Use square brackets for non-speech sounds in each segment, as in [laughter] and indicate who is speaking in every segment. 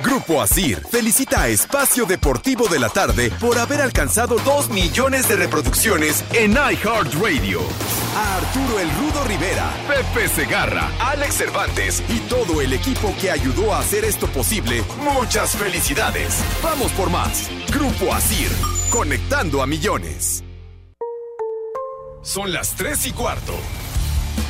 Speaker 1: Grupo Asir felicita a Espacio Deportivo de la Tarde por haber alcanzado 2 millones de reproducciones en iHeartRadio. A Arturo El Rudo Rivera, Pepe Segarra, Alex Cervantes y todo el equipo que ayudó a hacer esto posible, muchas felicidades. Vamos por más. Grupo Asir, conectando a millones. Son las 3 y cuarto.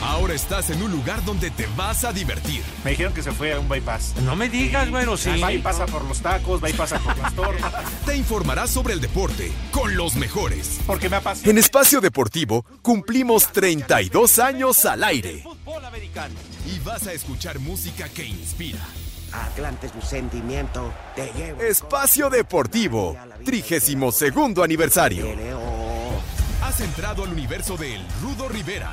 Speaker 1: Ahora estás en un lugar donde te vas a divertir.
Speaker 2: Me dijeron que se fue a un bypass. Ah,
Speaker 3: No me digas, bueno, sí.
Speaker 2: Va y pasa por los tacos, va y pasa por las torres.
Speaker 1: [laughs] Te informarás sobre el deporte con los mejores.
Speaker 2: Porque me ha pasado.
Speaker 1: En Espacio Deportivo cumplimos 32 años al aire.
Speaker 3: Fútbol americano.
Speaker 1: Y vas a escuchar música que inspira.
Speaker 4: Atlante es un sentimiento, te llevo.
Speaker 1: Espacio Deportivo, 32 aniversario. Has entrado al universo de El Rudo Rivera,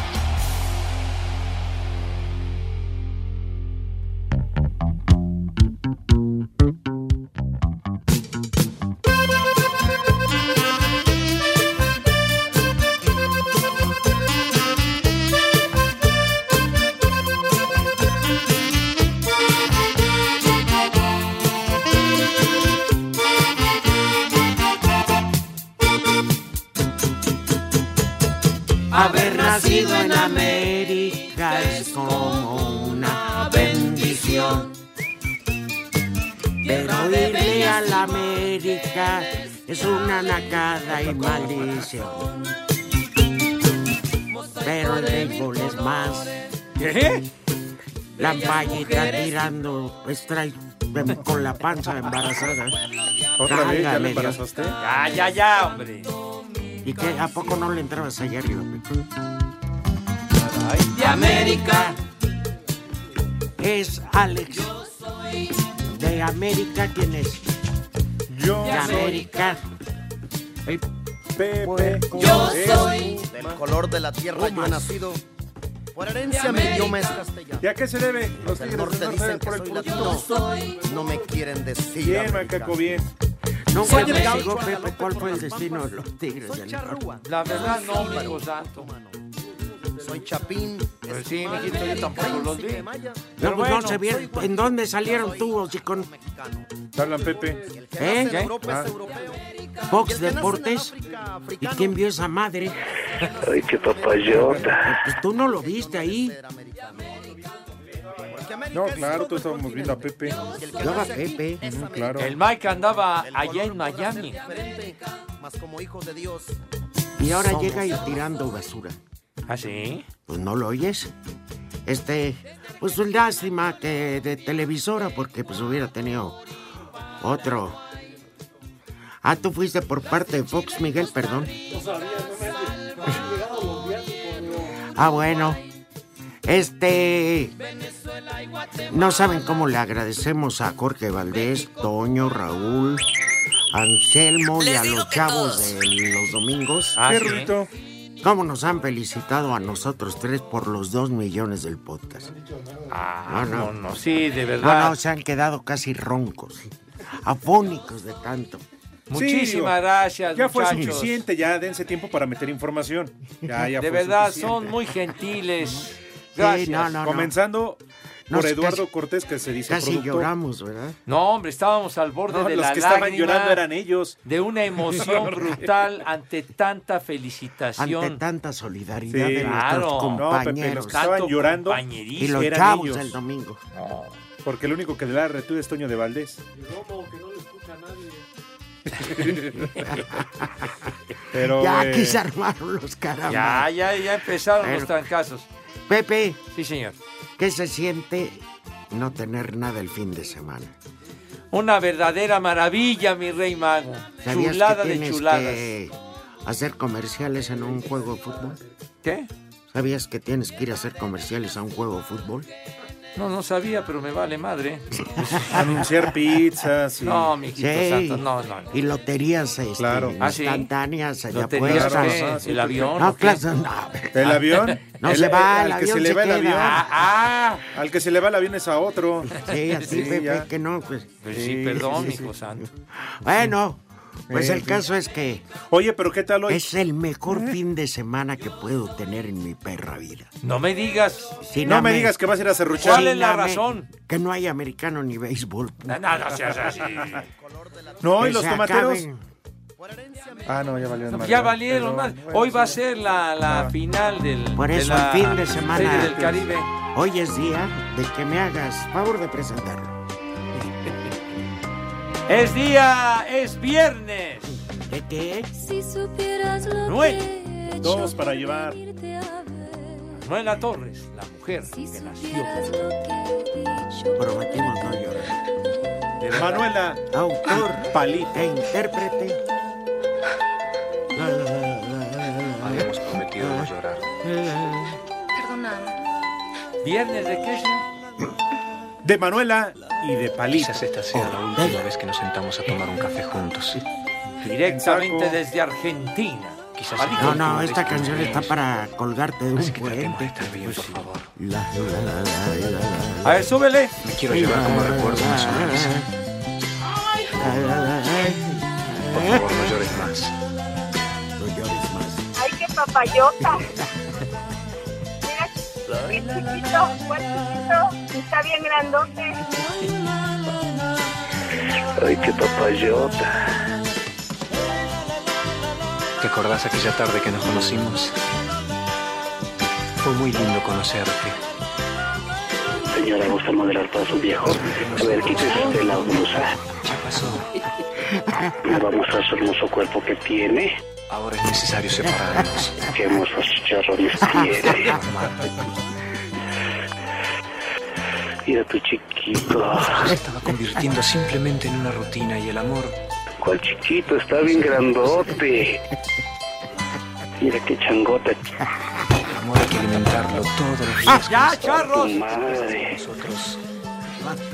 Speaker 4: Haber nacido en América es como una bendición. Pero irle a la América es una nacada y maldición. Pero el béisbol es más. La payita tirando strike em, con la panza embarazada.
Speaker 2: ¿Otra vez? ¿Ya
Speaker 4: Válgame
Speaker 2: la
Speaker 4: Dios.
Speaker 2: embarazaste?
Speaker 3: Ya, ya, ya, hombre.
Speaker 4: ¿Y qué? ¿A poco no le entrabas ayer, López?
Speaker 3: De América.
Speaker 4: es Alex. De América, ¿quién es?
Speaker 2: Yo
Speaker 4: De América.
Speaker 2: soy Pepe.
Speaker 5: Yo
Speaker 2: Cortés.
Speaker 5: soy
Speaker 6: Del color de la tierra yo he nacido. Por herencia mi
Speaker 5: América.
Speaker 6: idioma es castellano.
Speaker 2: ¿Y a qué se debe? Los
Speaker 6: Del
Speaker 2: tigres
Speaker 6: norte
Speaker 2: del norte
Speaker 6: dicen
Speaker 2: por
Speaker 6: que
Speaker 2: el
Speaker 6: soy
Speaker 2: puntito.
Speaker 6: latino.
Speaker 5: soy
Speaker 6: No me quieren decir.
Speaker 2: Bien,
Speaker 6: americano.
Speaker 2: Macaco, bien.
Speaker 4: Nunca
Speaker 5: Soy
Speaker 4: me
Speaker 5: el
Speaker 4: dijo
Speaker 6: gaucho
Speaker 4: Pepe
Speaker 6: Guadalupe
Speaker 4: cuál fue
Speaker 6: por
Speaker 4: el
Speaker 6: las
Speaker 4: destino de
Speaker 6: manos.
Speaker 4: los Tigres
Speaker 6: Soy
Speaker 4: del Norte.
Speaker 6: charrúa.
Speaker 3: La verdad, no, mi hijo santo.
Speaker 6: Soy chapín.
Speaker 3: Pues sí, mijito, yo tampoco los vi.
Speaker 4: No,
Speaker 3: Pero
Speaker 4: pues, no
Speaker 3: bueno,
Speaker 4: se vieron. ¿En dónde salieron tú, con
Speaker 2: Hablan Pepe.
Speaker 6: El que nace en
Speaker 4: ¿Eh?
Speaker 6: Europa
Speaker 2: Ah.
Speaker 6: es europeo. Y
Speaker 4: Fox
Speaker 6: el que nace en
Speaker 4: Deportes?
Speaker 6: África,
Speaker 4: ¿Y
Speaker 6: africano.
Speaker 4: quién vio esa madre?
Speaker 7: Ay, qué papayota.
Speaker 4: Pues tú no lo viste ahí.
Speaker 6: Ser americano. Porque América
Speaker 2: No,
Speaker 6: es
Speaker 2: claro, tú
Speaker 6: todo el
Speaker 2: estábamos viendo a
Speaker 6: continente.
Speaker 2: Pepe.
Speaker 6: Y el que
Speaker 4: Yo a
Speaker 6: nace aquí
Speaker 4: Pepe.
Speaker 6: es americano.
Speaker 2: Claro.
Speaker 3: El Mike andaba
Speaker 6: El
Speaker 3: allá en
Speaker 6: color podrá ser
Speaker 3: Miami.
Speaker 6: diferente, Mas como hijo de Dios.
Speaker 4: Y ahora
Speaker 6: Somos
Speaker 4: llega y tirando basura.
Speaker 3: ¿Ah, sí?
Speaker 4: Pues no lo oyes. Este, pues lástima que de televisora, porque pues hubiera tenido otro. Ah, tú fuiste por parte de Fox, Miguel, perdón. Ah, bueno. Este. No saben cómo le agradecemos a Jorge Valdés, Toño, Raúl, Anselmo y a los chavos de los domingos.
Speaker 3: Ah,
Speaker 2: Qué
Speaker 3: sí.
Speaker 2: ruido.
Speaker 4: ¿Cómo nos han felicitado a nosotros tres por los dos millones del podcast?
Speaker 3: Ah,
Speaker 4: No, no.
Speaker 3: no, no, sí, de
Speaker 4: No,
Speaker 3: verdad.
Speaker 4: no, se han quedado casi roncos, afónicos de tanto.
Speaker 2: Sí, digo,
Speaker 3: Muchísimas gracias,
Speaker 2: Ya fue
Speaker 3: muchachos.
Speaker 2: suficiente, ya dense tiempo para meter información. Ya,
Speaker 3: [laughs]
Speaker 2: ya
Speaker 3: De
Speaker 2: fue
Speaker 3: verdad,
Speaker 2: suficiente.
Speaker 3: son muy gentiles. Gracias.
Speaker 4: no, no.
Speaker 2: Comenzando
Speaker 4: Nos
Speaker 2: por Eduardo
Speaker 4: casi-
Speaker 2: Cortés, que se dice
Speaker 4: Casi
Speaker 2: productor.
Speaker 4: lloramos, Pues, ¿verdad?
Speaker 3: No, hombre, estábamos al borde
Speaker 2: No,
Speaker 3: de
Speaker 2: los
Speaker 3: la
Speaker 2: que
Speaker 3: lágrima.
Speaker 2: estaban llorando eran ellos.
Speaker 3: de una
Speaker 2: [laughs]
Speaker 3: emoción brutal ante tanta felicitación.
Speaker 4: Ante tanta solidaridad
Speaker 2: Sí.
Speaker 4: de
Speaker 3: Claro.
Speaker 4: nuestros
Speaker 3: No,
Speaker 2: Pepe,
Speaker 4: compañeros
Speaker 2: los que estaban
Speaker 3: Tanto
Speaker 2: llorando.
Speaker 4: y
Speaker 3: compañerismo.
Speaker 4: los
Speaker 2: eran
Speaker 4: chavos
Speaker 2: ellos.
Speaker 4: el domingo.
Speaker 2: Porque el único que le da retweet es Toño de Valdés. Pero,
Speaker 4: ya
Speaker 2: eh,
Speaker 4: aquí se armaron los
Speaker 3: Ya,
Speaker 4: caramba.
Speaker 3: ya, ya empezaron
Speaker 4: Bueno.
Speaker 3: los trancazos.
Speaker 4: Pepe,
Speaker 3: Sí, señor.
Speaker 4: ¿qué se siente no tener nada el fin de semana?
Speaker 3: Una verdadera maravilla, mi rey mago.
Speaker 4: ¿Sabías que
Speaker 3: Chulada de
Speaker 4: tienes
Speaker 3: chuladas.
Speaker 4: que hacer comerciales en un juego de fútbol?
Speaker 8: ¿Qué?
Speaker 4: ¿Sabías que tienes que ir a hacer comerciales a un juego de fútbol?
Speaker 8: No, no sabía, pero me vale madre.
Speaker 2: [laughs] Anunciar pizzas. y-
Speaker 8: No, mijito santo, no, no.
Speaker 4: Y loterías este,
Speaker 2: Claro.
Speaker 8: Ah, sí.
Speaker 4: instantáneas, y
Speaker 8: Loterías,
Speaker 4: apuestas.
Speaker 8: ¿qué?
Speaker 2: ah, sí,
Speaker 8: el
Speaker 2: perfecto.
Speaker 8: avión. o
Speaker 4: No,
Speaker 8: qué?
Speaker 4: claro, no.
Speaker 2: [laughs] ¿El avión?
Speaker 4: [laughs] No
Speaker 2: El-
Speaker 4: se va, el
Speaker 2: Al que se
Speaker 4: avión
Speaker 2: le
Speaker 4: se
Speaker 2: va el
Speaker 4: queda.
Speaker 2: avión.
Speaker 8: Ah, ah.
Speaker 2: Al que se le va el avión es a otro.
Speaker 4: Sí, así,
Speaker 2: Sí,
Speaker 4: Pepe,
Speaker 2: ya.
Speaker 4: que no, pues.
Speaker 8: Pues
Speaker 2: Sí,
Speaker 8: sí,
Speaker 2: sí,
Speaker 8: perdón,
Speaker 2: sí,
Speaker 8: mi hijo santo.
Speaker 4: Bueno, pues
Speaker 2: Sí,
Speaker 4: el
Speaker 2: sí.
Speaker 4: caso es que
Speaker 2: Oye, pero ¿qué tal hoy?
Speaker 4: es el mejor fin de semana que puedo tener en mi perra vida.
Speaker 8: No me digas.
Speaker 4: Si
Speaker 2: No me
Speaker 4: amer-
Speaker 2: digas que vas a ir a serruchar.
Speaker 8: ¿Cuál es la
Speaker 4: Sin amer-
Speaker 8: razón?
Speaker 4: Que no hay americano ni béisbol.
Speaker 8: No, no, no seas así.
Speaker 2: No, y
Speaker 4: Que
Speaker 2: los
Speaker 4: se
Speaker 2: tomateros.
Speaker 4: acaben.
Speaker 2: Ah, no, ya valieron. madre.
Speaker 8: Ya valieron
Speaker 2: Perdón. Ah.
Speaker 8: más.
Speaker 2: Bueno,
Speaker 8: Hoy va a
Speaker 2: sí.
Speaker 8: ser la, la final del
Speaker 4: Por
Speaker 8: de
Speaker 4: eso,
Speaker 8: la
Speaker 4: el fin de semana.
Speaker 8: Serie del Caribe.
Speaker 4: Hoy es día de que me hagas favor de presentarlo.
Speaker 8: Es día, es viernes.
Speaker 4: ¿De qué?
Speaker 9: Si supieras lo
Speaker 8: Nueve,
Speaker 9: que he hecho
Speaker 2: dos para
Speaker 9: por
Speaker 2: llevar.
Speaker 9: venirte a ver.
Speaker 8: Manuela Torres, la mujer
Speaker 9: Si
Speaker 8: que nació.
Speaker 9: supieras lo que he dicho por
Speaker 4: Prometimos no llorar.
Speaker 8: de verdad.
Speaker 2: Manuela
Speaker 4: Autor
Speaker 2: Palí.
Speaker 4: e intérprete.
Speaker 10: Habíamos prometido no llorar.
Speaker 9: Perdóname.
Speaker 8: ¿Viernes de qué?
Speaker 2: De Manuela y de Palí.
Speaker 10: Quizás esta sea la
Speaker 4: Oh.
Speaker 10: última vez que nos sentamos a tomar un café juntos.
Speaker 8: Directamente
Speaker 2: Saco.
Speaker 8: desde Argentina.
Speaker 10: Quizás Este
Speaker 8: Palito.
Speaker 10: sea la
Speaker 4: No,
Speaker 10: última
Speaker 4: no,
Speaker 10: vez
Speaker 4: esta
Speaker 10: que
Speaker 4: canción
Speaker 10: nos
Speaker 4: está
Speaker 10: veamos.
Speaker 4: para colgarte de un
Speaker 10: Así que tratemos de
Speaker 4: puente. Pues
Speaker 10: estar bien, por favor.
Speaker 4: La, la, la, la, la, la.
Speaker 8: A ver, súbele.
Speaker 10: Me quiero llevar como recuerdo una sonrisa. Por favor, no llores más.
Speaker 4: No llores más.
Speaker 11: ¡Ay,
Speaker 2: [laughs]
Speaker 11: qué papayota! Mira, qué chiquito, cuál chiquito, está bien grandote.
Speaker 10: Ay, qué papayota. ¿Te acordás aquella tarde que nos conocimos? Fue muy lindo conocerte.
Speaker 12: Señora, ¿gusta moderar para su viejo? A ver, quítese este la blusa.
Speaker 10: Ya pasó.
Speaker 12: Me va a mostrar su hermoso cuerpo que tiene.
Speaker 10: Ahora es necesario
Speaker 2: [laughs]
Speaker 10: separarnos.
Speaker 12: Qué hermosos chicharrones
Speaker 10: [laughs]
Speaker 12: tiene. Mira tu chiquito.
Speaker 10: Se estaba convirtiendo simplemente en una rutina y el amor
Speaker 12: ¿Cuál chiquito? Está bien grandote. Mira qué changota.
Speaker 10: Amor hay que alimentarlo todos los
Speaker 2: Ah,
Speaker 10: días.
Speaker 8: Ya, charros.
Speaker 12: Madre.
Speaker 10: Nosotros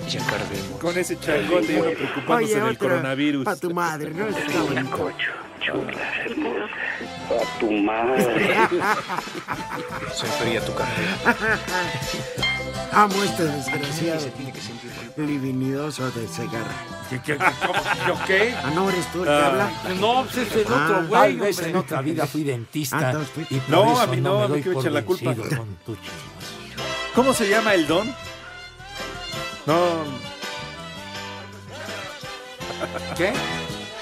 Speaker 10: ya perdemos.
Speaker 2: Con ese changote y uno preocupándose
Speaker 4: Oye,
Speaker 2: del coronavirus.
Speaker 4: Para tu madre, ¿no? Está bueno.
Speaker 12: Cocho, chula, hermosa. A tu madre.
Speaker 2: [laughs]
Speaker 10: Soy fría tu carrera.
Speaker 4: [laughs] Amo este desgraciado
Speaker 10: Tiene que sentir
Speaker 4: livinidoso de cegarra.
Speaker 8: ¿Qué, qué, cómo, yo qué?
Speaker 4: Ah, no, eres tú el que habla.
Speaker 8: No, pues es el
Speaker 4: Ah,
Speaker 8: otro
Speaker 4: tal
Speaker 8: güey.
Speaker 4: vez
Speaker 8: hombre.
Speaker 4: en otra vida
Speaker 8: fui
Speaker 4: Ah,
Speaker 8: dentista.
Speaker 4: entonces fui-
Speaker 8: por
Speaker 2: No,
Speaker 8: eso
Speaker 2: a mí no, a mí
Speaker 8: doy
Speaker 2: que me
Speaker 8: por
Speaker 2: echen la culpa.
Speaker 8: vencido con tu chismoso.
Speaker 2: ¿Cómo se llama el don? No.
Speaker 8: ¿Qué?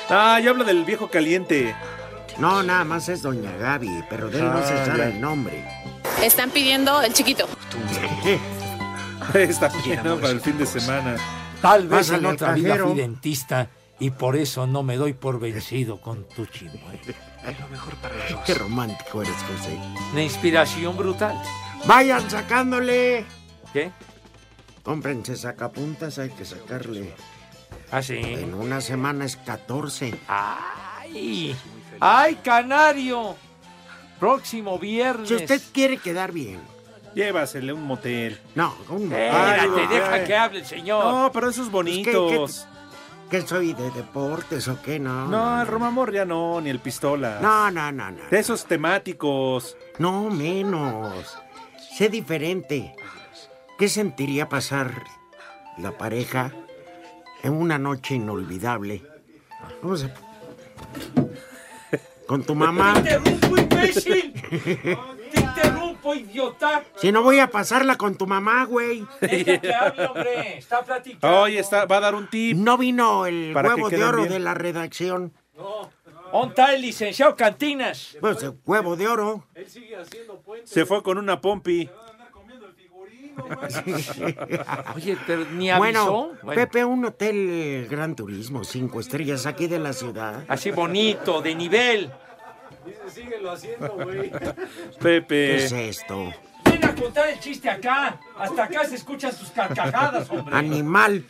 Speaker 2: Ah, yo hablo del viejo caliente.
Speaker 4: No, nada más es doña Gaby, pero de él no se
Speaker 2: Ah,
Speaker 4: sabe
Speaker 2: ya.
Speaker 4: el nombre.
Speaker 11: Están pidiendo el chiquito.
Speaker 10: costumbre.
Speaker 2: Está bien, ¿no? Para el fin de semana.
Speaker 8: Tal vez
Speaker 4: Pásale
Speaker 8: en
Speaker 4: al
Speaker 8: otra vida
Speaker 4: cajero.
Speaker 8: fui dentista y por eso no me doy por vencido con tu chimuelo.
Speaker 10: Es lo mejor para los
Speaker 4: Qué
Speaker 10: dos.
Speaker 4: romántico eres, José.
Speaker 8: Una inspiración brutal.
Speaker 4: ¡Vayan sacándole!
Speaker 8: ¿Qué?
Speaker 4: Cómprense sacapuntas, hay que sacarle.
Speaker 8: Así.
Speaker 4: En una semana es 14.
Speaker 8: ¡Ay! Ah. ¡Ay, canario! Próximo viernes.
Speaker 4: Si usted quiere quedar bien.
Speaker 2: Llévasele un motel.
Speaker 4: No, un
Speaker 2: Ay,
Speaker 8: Espérate,
Speaker 2: Dios,
Speaker 8: deja
Speaker 2: ay.
Speaker 8: que hable el señor.
Speaker 2: No, pero esos
Speaker 4: Pues,
Speaker 2: bonitos.
Speaker 4: ¿Que soy de deportes o qué? No.
Speaker 2: No, el Romamor ya no, ni el Pistola.
Speaker 4: No, no, no, no.
Speaker 2: De esos temáticos.
Speaker 4: No, menos. Sé diferente. ¿Qué sentiría pasar la pareja en una noche inolvidable? Vamos a... Con tu mamá.
Speaker 8: ¡Te
Speaker 4: [laughs]
Speaker 8: interrumpo, imbécil! ¡Te interrumpo, idiota!
Speaker 4: Si no voy a pasarla con tu mamá, güey.
Speaker 8: Deja que hable, hombre. Está platicando.
Speaker 2: Oye, está, va a dar un tip.
Speaker 4: No vino el
Speaker 2: Para que
Speaker 4: huevo de
Speaker 2: queden
Speaker 4: oro
Speaker 2: bien.
Speaker 4: de la redacción.
Speaker 8: ¿Dónde está el licenciado Cantinas?
Speaker 4: Pues el huevo de oro.
Speaker 8: pues.
Speaker 2: Se fue con una pompi.
Speaker 8: [laughs] Oye, pero ni
Speaker 4: Bueno, Pepe, un hotel Gran Turismo, cinco estrellas aquí de la ciudad.
Speaker 8: Así bonito, de nivel.
Speaker 4: ¿Qué
Speaker 2: Pepe.
Speaker 4: es esto?
Speaker 8: [laughs] Ven a contar el chiste acá. Hasta acá se escuchan sus carcajadas,
Speaker 4: Ah.
Speaker 8: hombre.
Speaker 4: Animal.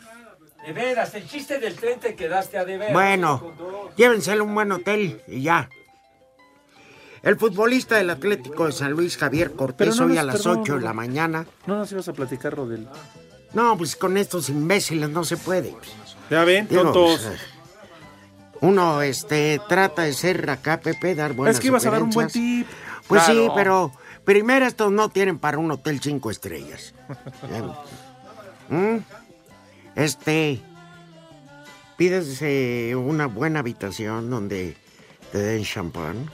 Speaker 8: De veras, el chiste del tren te quedaste a deber.
Speaker 4: Bueno, llévenselo a un buen hotel y ya. El futbolista del Atlético de San Luis, Javier Cortés,
Speaker 2: Pero no
Speaker 4: hoy
Speaker 2: nos-
Speaker 4: a las
Speaker 2: perdón,
Speaker 4: 8 de la
Speaker 2: Rudolfo.
Speaker 4: mañana.
Speaker 2: No nos ibas a platicar lo del.
Speaker 4: No, pues con estos imbéciles no se puede.
Speaker 2: Ya ven,
Speaker 4: Digo,
Speaker 2: tontos.
Speaker 4: pues, eh, Uno, este, trata de ser acá, Pepe, dar buenas
Speaker 2: Es que ibas a dar un buen
Speaker 4: sugerencias.
Speaker 2: tip.
Speaker 4: Pues sí,
Speaker 2: Claro.
Speaker 4: pero primero estos no tienen para un hotel cinco estrellas.
Speaker 8: [laughs]
Speaker 4: Ya. ¿Mm? Este, pídese una buena habitación donde te den champán.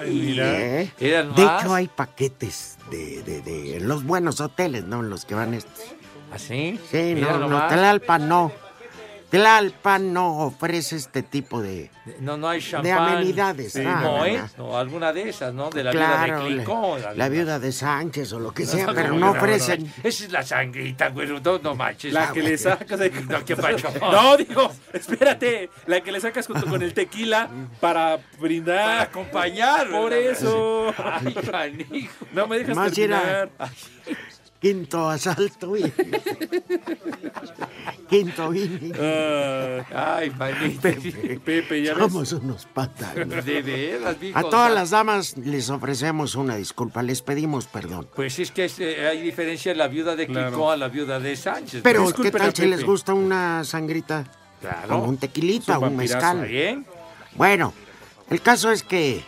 Speaker 2: Ay, mira.
Speaker 4: ¿eh?
Speaker 8: Mira
Speaker 4: De
Speaker 8: nomás.
Speaker 4: hecho, hay paquetes de, de, de- en los buenos hoteles, ¿no? En los que van estos.
Speaker 8: ¿Así?
Speaker 4: Sí,
Speaker 8: Mira
Speaker 4: no, no,
Speaker 8: nomás.
Speaker 4: Tlalpan no. Tlalpan no ofrece este tipo de...
Speaker 8: No, no hay champán.
Speaker 4: amenidades,
Speaker 8: Sí,
Speaker 4: ah,
Speaker 8: no,
Speaker 4: no,
Speaker 8: ¿eh?
Speaker 4: no.
Speaker 8: No, alguna de esas, ¿no? De la
Speaker 4: claro,
Speaker 8: vida de Clicó.
Speaker 4: la,
Speaker 8: alguna.
Speaker 4: la viuda de Sánchez o lo que sea,
Speaker 8: No,
Speaker 4: pero
Speaker 8: como
Speaker 4: no
Speaker 8: que
Speaker 4: ofrecen...
Speaker 8: Esa es la sangrita, güey. No, no manches. Ah,
Speaker 2: La que le sacas de...
Speaker 8: No, qué
Speaker 4: [laughs]
Speaker 8: pacho.
Speaker 2: No, digo, espérate. La que le sacas junto con el tequila para
Speaker 8: Para
Speaker 2: brindar.
Speaker 8: acompañar.
Speaker 2: Por
Speaker 8: ¿verdad?
Speaker 2: eso.
Speaker 8: Ay, canijo.
Speaker 2: No me dejas
Speaker 4: Más
Speaker 2: terminar.
Speaker 4: Quinto asalto y... Quinto inning.
Speaker 2: Ah,
Speaker 8: Ay, manito.
Speaker 2: Pepe, ya ves.
Speaker 4: Somos unos patanos.
Speaker 8: De veras, mijo,
Speaker 4: A
Speaker 8: o
Speaker 4: todas
Speaker 8: sea,
Speaker 4: las damas les ofrecemos una disculpa, les pedimos perdón.
Speaker 8: Pues es que es, eh, hay diferencia en la viuda de Clicó a la viuda de Sánchez.
Speaker 4: Pero,
Speaker 2: Disculpen
Speaker 4: ¿qué
Speaker 2: a
Speaker 4: tal si les
Speaker 2: Pepe.
Speaker 4: gusta una sangrita?
Speaker 8: Claro. ¿eh?
Speaker 4: Como un tequilita,
Speaker 2: Su
Speaker 4: un
Speaker 2: vampirazo,
Speaker 4: mezcal.
Speaker 8: ¿Bien?
Speaker 4: Bueno, el caso es que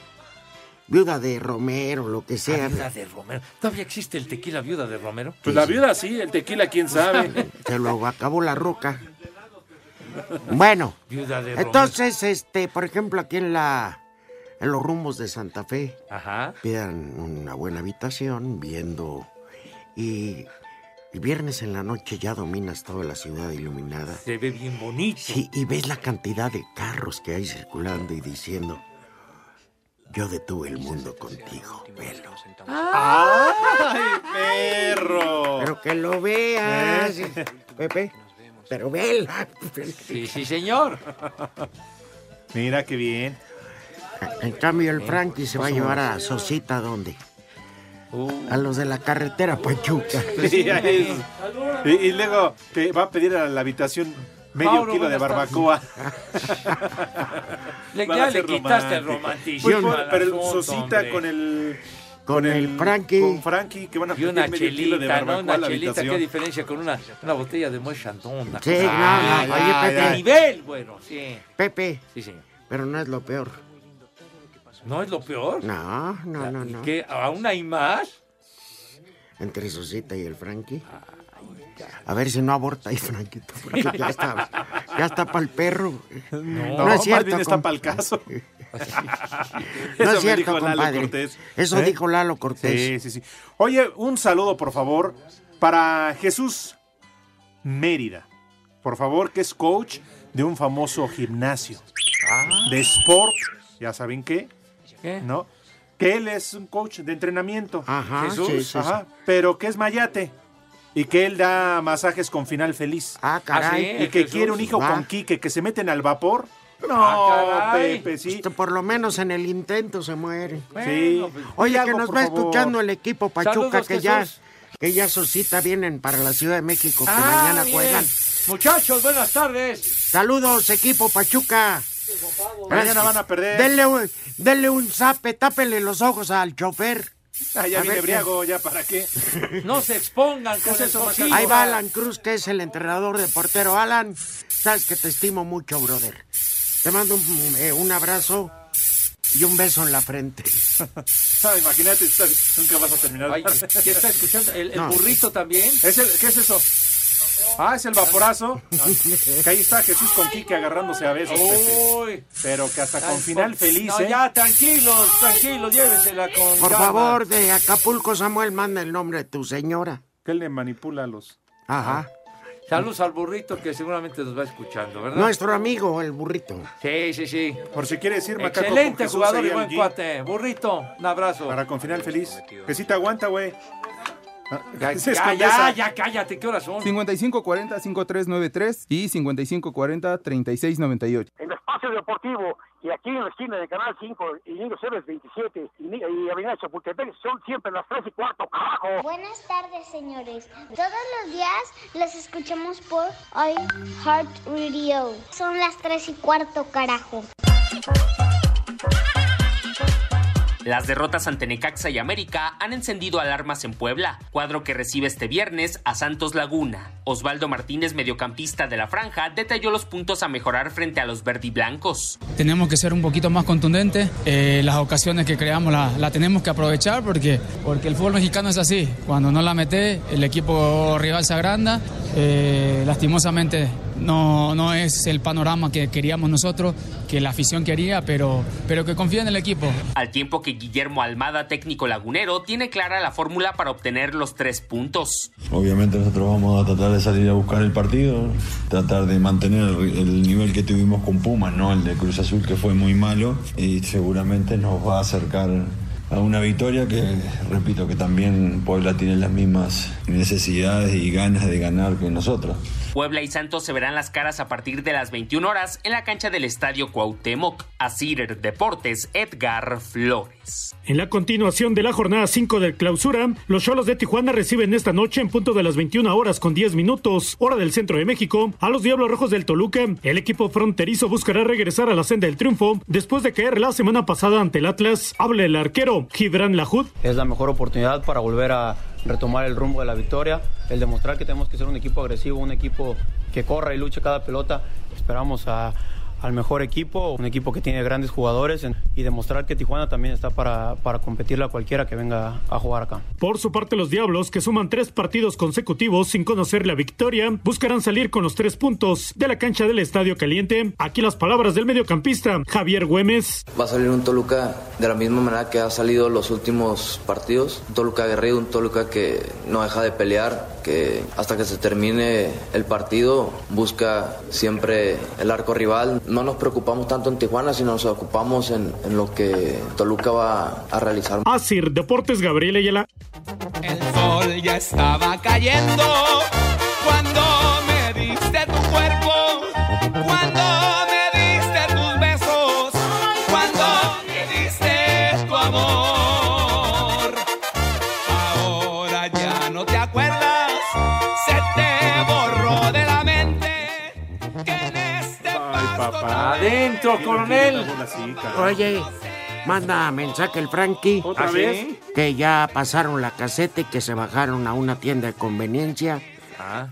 Speaker 4: viuda de Romero, lo que
Speaker 8: La
Speaker 4: sea.
Speaker 8: viuda de Romero. ¿Todavía existe el tequila viuda de Romero?
Speaker 2: Pues la viuda sí, el tequila, quién sabe.
Speaker 4: Se lo acabó la roca. [laughs] Bueno,
Speaker 8: Viuda de Romero.
Speaker 4: entonces, este, por ejemplo, aquí en la en los rumbos de Santa Fe,
Speaker 8: Ajá.
Speaker 4: pidan una buena habitación, viendo y el viernes en la noche ya dominas toda la ciudad iluminada.
Speaker 8: Se ve bien bonito.
Speaker 4: Sí, y ves la cantidad de carros que hay circulando y diciendo, yo detuve el mundo contigo, velo.
Speaker 2: Ah.
Speaker 9: Ah.
Speaker 2: ¡Ay, perro!
Speaker 4: Pero que lo veas, Pepe. Pero velo.
Speaker 8: Sí, sí, señor.
Speaker 2: Mira qué bien.
Speaker 4: En cambio, el Frankie se va a llevar a Sosita, ¿a dónde? A los de la carretera Pachuca.
Speaker 2: Sí, ya es. y, y luego te va a pedir a la habitación medio
Speaker 8: Mauro,
Speaker 2: kilo de
Speaker 8: buenas
Speaker 2: barbacoa.
Speaker 8: [laughs] Le,
Speaker 2: Van a
Speaker 8: ya le
Speaker 2: ser
Speaker 8: quitaste el
Speaker 2: románticos.
Speaker 8: romanticismo.
Speaker 2: Pues,
Speaker 8: al
Speaker 2: pero el
Speaker 8: asunto,
Speaker 2: Sosita
Speaker 8: hombre.
Speaker 2: con el.
Speaker 4: Con el Frankie.
Speaker 2: Con Frankie, que van a
Speaker 8: Y
Speaker 2: pedir
Speaker 8: una
Speaker 2: medio kilo de
Speaker 8: chelita,
Speaker 2: barbacoa
Speaker 8: ¿no?
Speaker 2: a
Speaker 8: Una
Speaker 2: la
Speaker 8: chelita, qué
Speaker 2: habitación.
Speaker 8: diferencia con una, una botella de Moet Chandon. una
Speaker 4: Sí,
Speaker 8: cosa
Speaker 4: no, no,
Speaker 8: así.
Speaker 2: ya,
Speaker 4: oye,
Speaker 2: ya.
Speaker 8: De
Speaker 4: Pepe.
Speaker 8: nivel, bueno, sí.
Speaker 4: Pepe,
Speaker 8: Sí, señor.
Speaker 4: pero no es lo peor.
Speaker 8: ¿No es lo peor?
Speaker 4: No, no, no,
Speaker 8: ¿Y
Speaker 4: no.
Speaker 8: qué? ¿Aún hay más?
Speaker 4: Entre Sosita y el Frankie. A ver si no aborta ahí, Franquito, porque Pues, ya está, ya está para el perro.
Speaker 2: No,
Speaker 4: No es cierto,
Speaker 2: más bien está
Speaker 4: compa.
Speaker 2: para
Speaker 4: [laughs]
Speaker 2: el caso.
Speaker 4: No
Speaker 2: Eso me
Speaker 4: es cierto,
Speaker 2: dijo Lalo
Speaker 4: compadre.
Speaker 2: Cortés.
Speaker 4: Eso
Speaker 2: ¿Eh?
Speaker 4: dijo Lalo Cortés.
Speaker 2: Sí, sí, sí. Oye, un saludo, por favor, para Jesús Mérida. Por favor, que es coach de un famoso gimnasio de sport. Ya saben qué,
Speaker 8: Ah. ¿Qué?
Speaker 2: ¿no? Que él es un coach de entrenamiento.
Speaker 4: Ajá,
Speaker 8: Jesús,
Speaker 4: sí, sí, sí.
Speaker 2: Ajá, Pero que es mayate. Y que él da masajes con final feliz.
Speaker 4: Ah,
Speaker 8: Ah,
Speaker 4: caray.
Speaker 8: sí.
Speaker 2: y que
Speaker 8: Jesús,
Speaker 2: quiere un hijo
Speaker 4: va.
Speaker 2: con Quique, que se meten al vapor. [laughs] No,
Speaker 8: Ah, caray.
Speaker 2: Pepe, sí.
Speaker 4: Esto Este, por lo menos en el intento se muere.
Speaker 2: Sí.
Speaker 8: pues,
Speaker 4: Oye,
Speaker 2: Algo,
Speaker 4: que nos
Speaker 2: por
Speaker 4: va
Speaker 2: favor.
Speaker 4: escuchando el equipo Pachuca
Speaker 8: Saludos,
Speaker 4: que ya,
Speaker 8: Jesús.
Speaker 4: que ya su cita vienen para la Ciudad de México, que
Speaker 8: Ah,
Speaker 4: mañana
Speaker 8: bien.
Speaker 4: juegan.
Speaker 8: Muchachos, buenas tardes.
Speaker 4: Saludos, equipo Pachuca.
Speaker 2: Mañana van a perder.
Speaker 4: Denle un, denle un zape, tápenle los ojos al chofer.
Speaker 2: Ah, ya
Speaker 4: A
Speaker 2: viene
Speaker 4: ver,
Speaker 2: briago, ya para qué.
Speaker 8: No se expongan con eso, Macías.
Speaker 4: Ahí Pues va Alan Cruz, que es el entrenador de portero. Alan, sabes que te estimo mucho, brother. Te mando un, eh, un abrazo y un beso en la frente.
Speaker 2: Ah, imagínate, está- nunca vas a terminar.
Speaker 8: Ay, ¿qué está escuchando? ¿El, el
Speaker 4: No.
Speaker 8: burrito también?
Speaker 2: ¿Es el- ¿Qué es eso? Ah, es el
Speaker 8: [laughs]
Speaker 2: vaporazo. Que ahí está Jesús con Quique agarrándose a besos. Pepe.
Speaker 8: Uy.
Speaker 2: Pero que hasta
Speaker 8: Ay,
Speaker 2: con final
Speaker 8: por-
Speaker 4: pues,
Speaker 2: feliz,
Speaker 8: No,
Speaker 2: ¿eh?
Speaker 8: ya, tranquilos, tranquilos, llévesela con
Speaker 4: Por
Speaker 8: calma.
Speaker 4: favor, de Acapulco, Samuel, manda el nombre de tu señora.
Speaker 2: Que él le manipula a los.
Speaker 4: Ajá.
Speaker 8: Saludos al burrito que seguramente nos va escuchando, ¿verdad?
Speaker 4: Nuestro amigo, el burrito.
Speaker 8: Sí, sí, sí.
Speaker 2: Por si quiere decir, macaco. con
Speaker 8: Excelente
Speaker 2: Jesús
Speaker 8: jugador
Speaker 2: ahí
Speaker 8: y
Speaker 2: al
Speaker 8: buen
Speaker 2: G.
Speaker 8: cuate. Burrito, un abrazo.
Speaker 2: Para con final feliz. Que sí te aguanta, güey. Ah,
Speaker 8: Ya,
Speaker 2: [laughs] es
Speaker 8: ya,
Speaker 2: con
Speaker 8: ya,
Speaker 2: esa.
Speaker 8: ya, cállate, ¿qué horas son?
Speaker 11: 5540-5393 y 5540-3698.
Speaker 13: en el espacio deportivo y aquí en la esquina de Canal 5 y Niño Ceres 27 y, Ni- y Avenida Chapultepec son siempre las 3 y cuarto, carajo.
Speaker 14: Buenas tardes, señores. Todos los días los escuchamos por Heart Radio. Son las 3 y cuarto, carajo.
Speaker 15: Las derrotas ante Necaxa y América han encendido alarmas en Puebla, cuadro que recibe este viernes a Santos Laguna. Osvaldo Martínez, mediocampista de la franja, detalló los puntos a mejorar frente a los verdiblancos.
Speaker 16: Tenemos que ser un poquito más contundentes. eh, las ocasiones que creamos las la tenemos que aprovechar porque, porque el fútbol mexicano es así. Cuando no la mete, el equipo rival se agranda. Eh, lastimosamente no, no es el panorama que queríamos nosotros, que la afición quería, pero, pero que confía en el equipo.
Speaker 15: Al tiempo que Guillermo Almada, técnico lagunero, tiene clara la fórmula para obtener los tres puntos.
Speaker 17: Obviamente nosotros vamos a tratar de salir a buscar el partido, tratar de mantener el, ri- el nivel que tuvimos con Pumas, ¿no? El de Cruz Azul que fue muy malo y seguramente nos va a acercar a una victoria que, repito, que también Puebla tiene las mismas necesidades y ganas de ganar que nosotros.
Speaker 15: Puebla y Santos se verán las caras a partir de las 21 horas en la cancha del Estadio Cuauhtémoc. A Cider Deportes, Edgar Flores.
Speaker 18: En la continuación de la jornada 5 del clausura, los Cholos de Tijuana reciben esta noche en punto de las 21 horas con 10 minutos, hora del centro de México, a los Diablos Rojos del Toluca. El equipo fronterizo buscará regresar a la senda del triunfo después de caer la semana pasada ante el Atlas. Habla el arquero Gibran Lajud.
Speaker 19: es la mejor oportunidad para volver a retomar el rumbo de la victoria, el demostrar que tenemos que ser un equipo agresivo, un equipo que corra y luche cada pelota. Esperamos a- al mejor equipo, un equipo que tiene grandes jugadores en- y demostrar que Tijuana también está para, para competirle a cualquiera que venga a jugar acá.
Speaker 18: Por su parte, los Diablos, que suman tres partidos consecutivos sin conocer la victoria, buscarán salir con los tres puntos de la cancha del Estadio Caliente. Aquí las palabras del mediocampista Javier Güemes.
Speaker 20: Va a salir un Toluca de la misma manera que ha salido los últimos partidos. Un Toluca aguerrido, un Toluca que no deja de pelear, que hasta que se termine el partido busca siempre el arco rival. No nos preocupamos tanto en Tijuana, sino nos ocupamos en, en lo que Toluca va a realizar.
Speaker 18: Asir, Ah, Deportes Gabriel Ayala.
Speaker 9: sol ya estaba cayendo cuando me diste tu cuerpo, cuando me diste tus besos, cuando me diste tu amor. Ahora ya no te acuerdas, se te borró de la mente. este
Speaker 8: Adentro, coronel.
Speaker 4: Oye, manda mensaje el Frankie.
Speaker 8: ¿Otra ¿Ah, vez? sí?
Speaker 4: Que ya pasaron la caseta y que se bajaron a una tienda de conveniencia.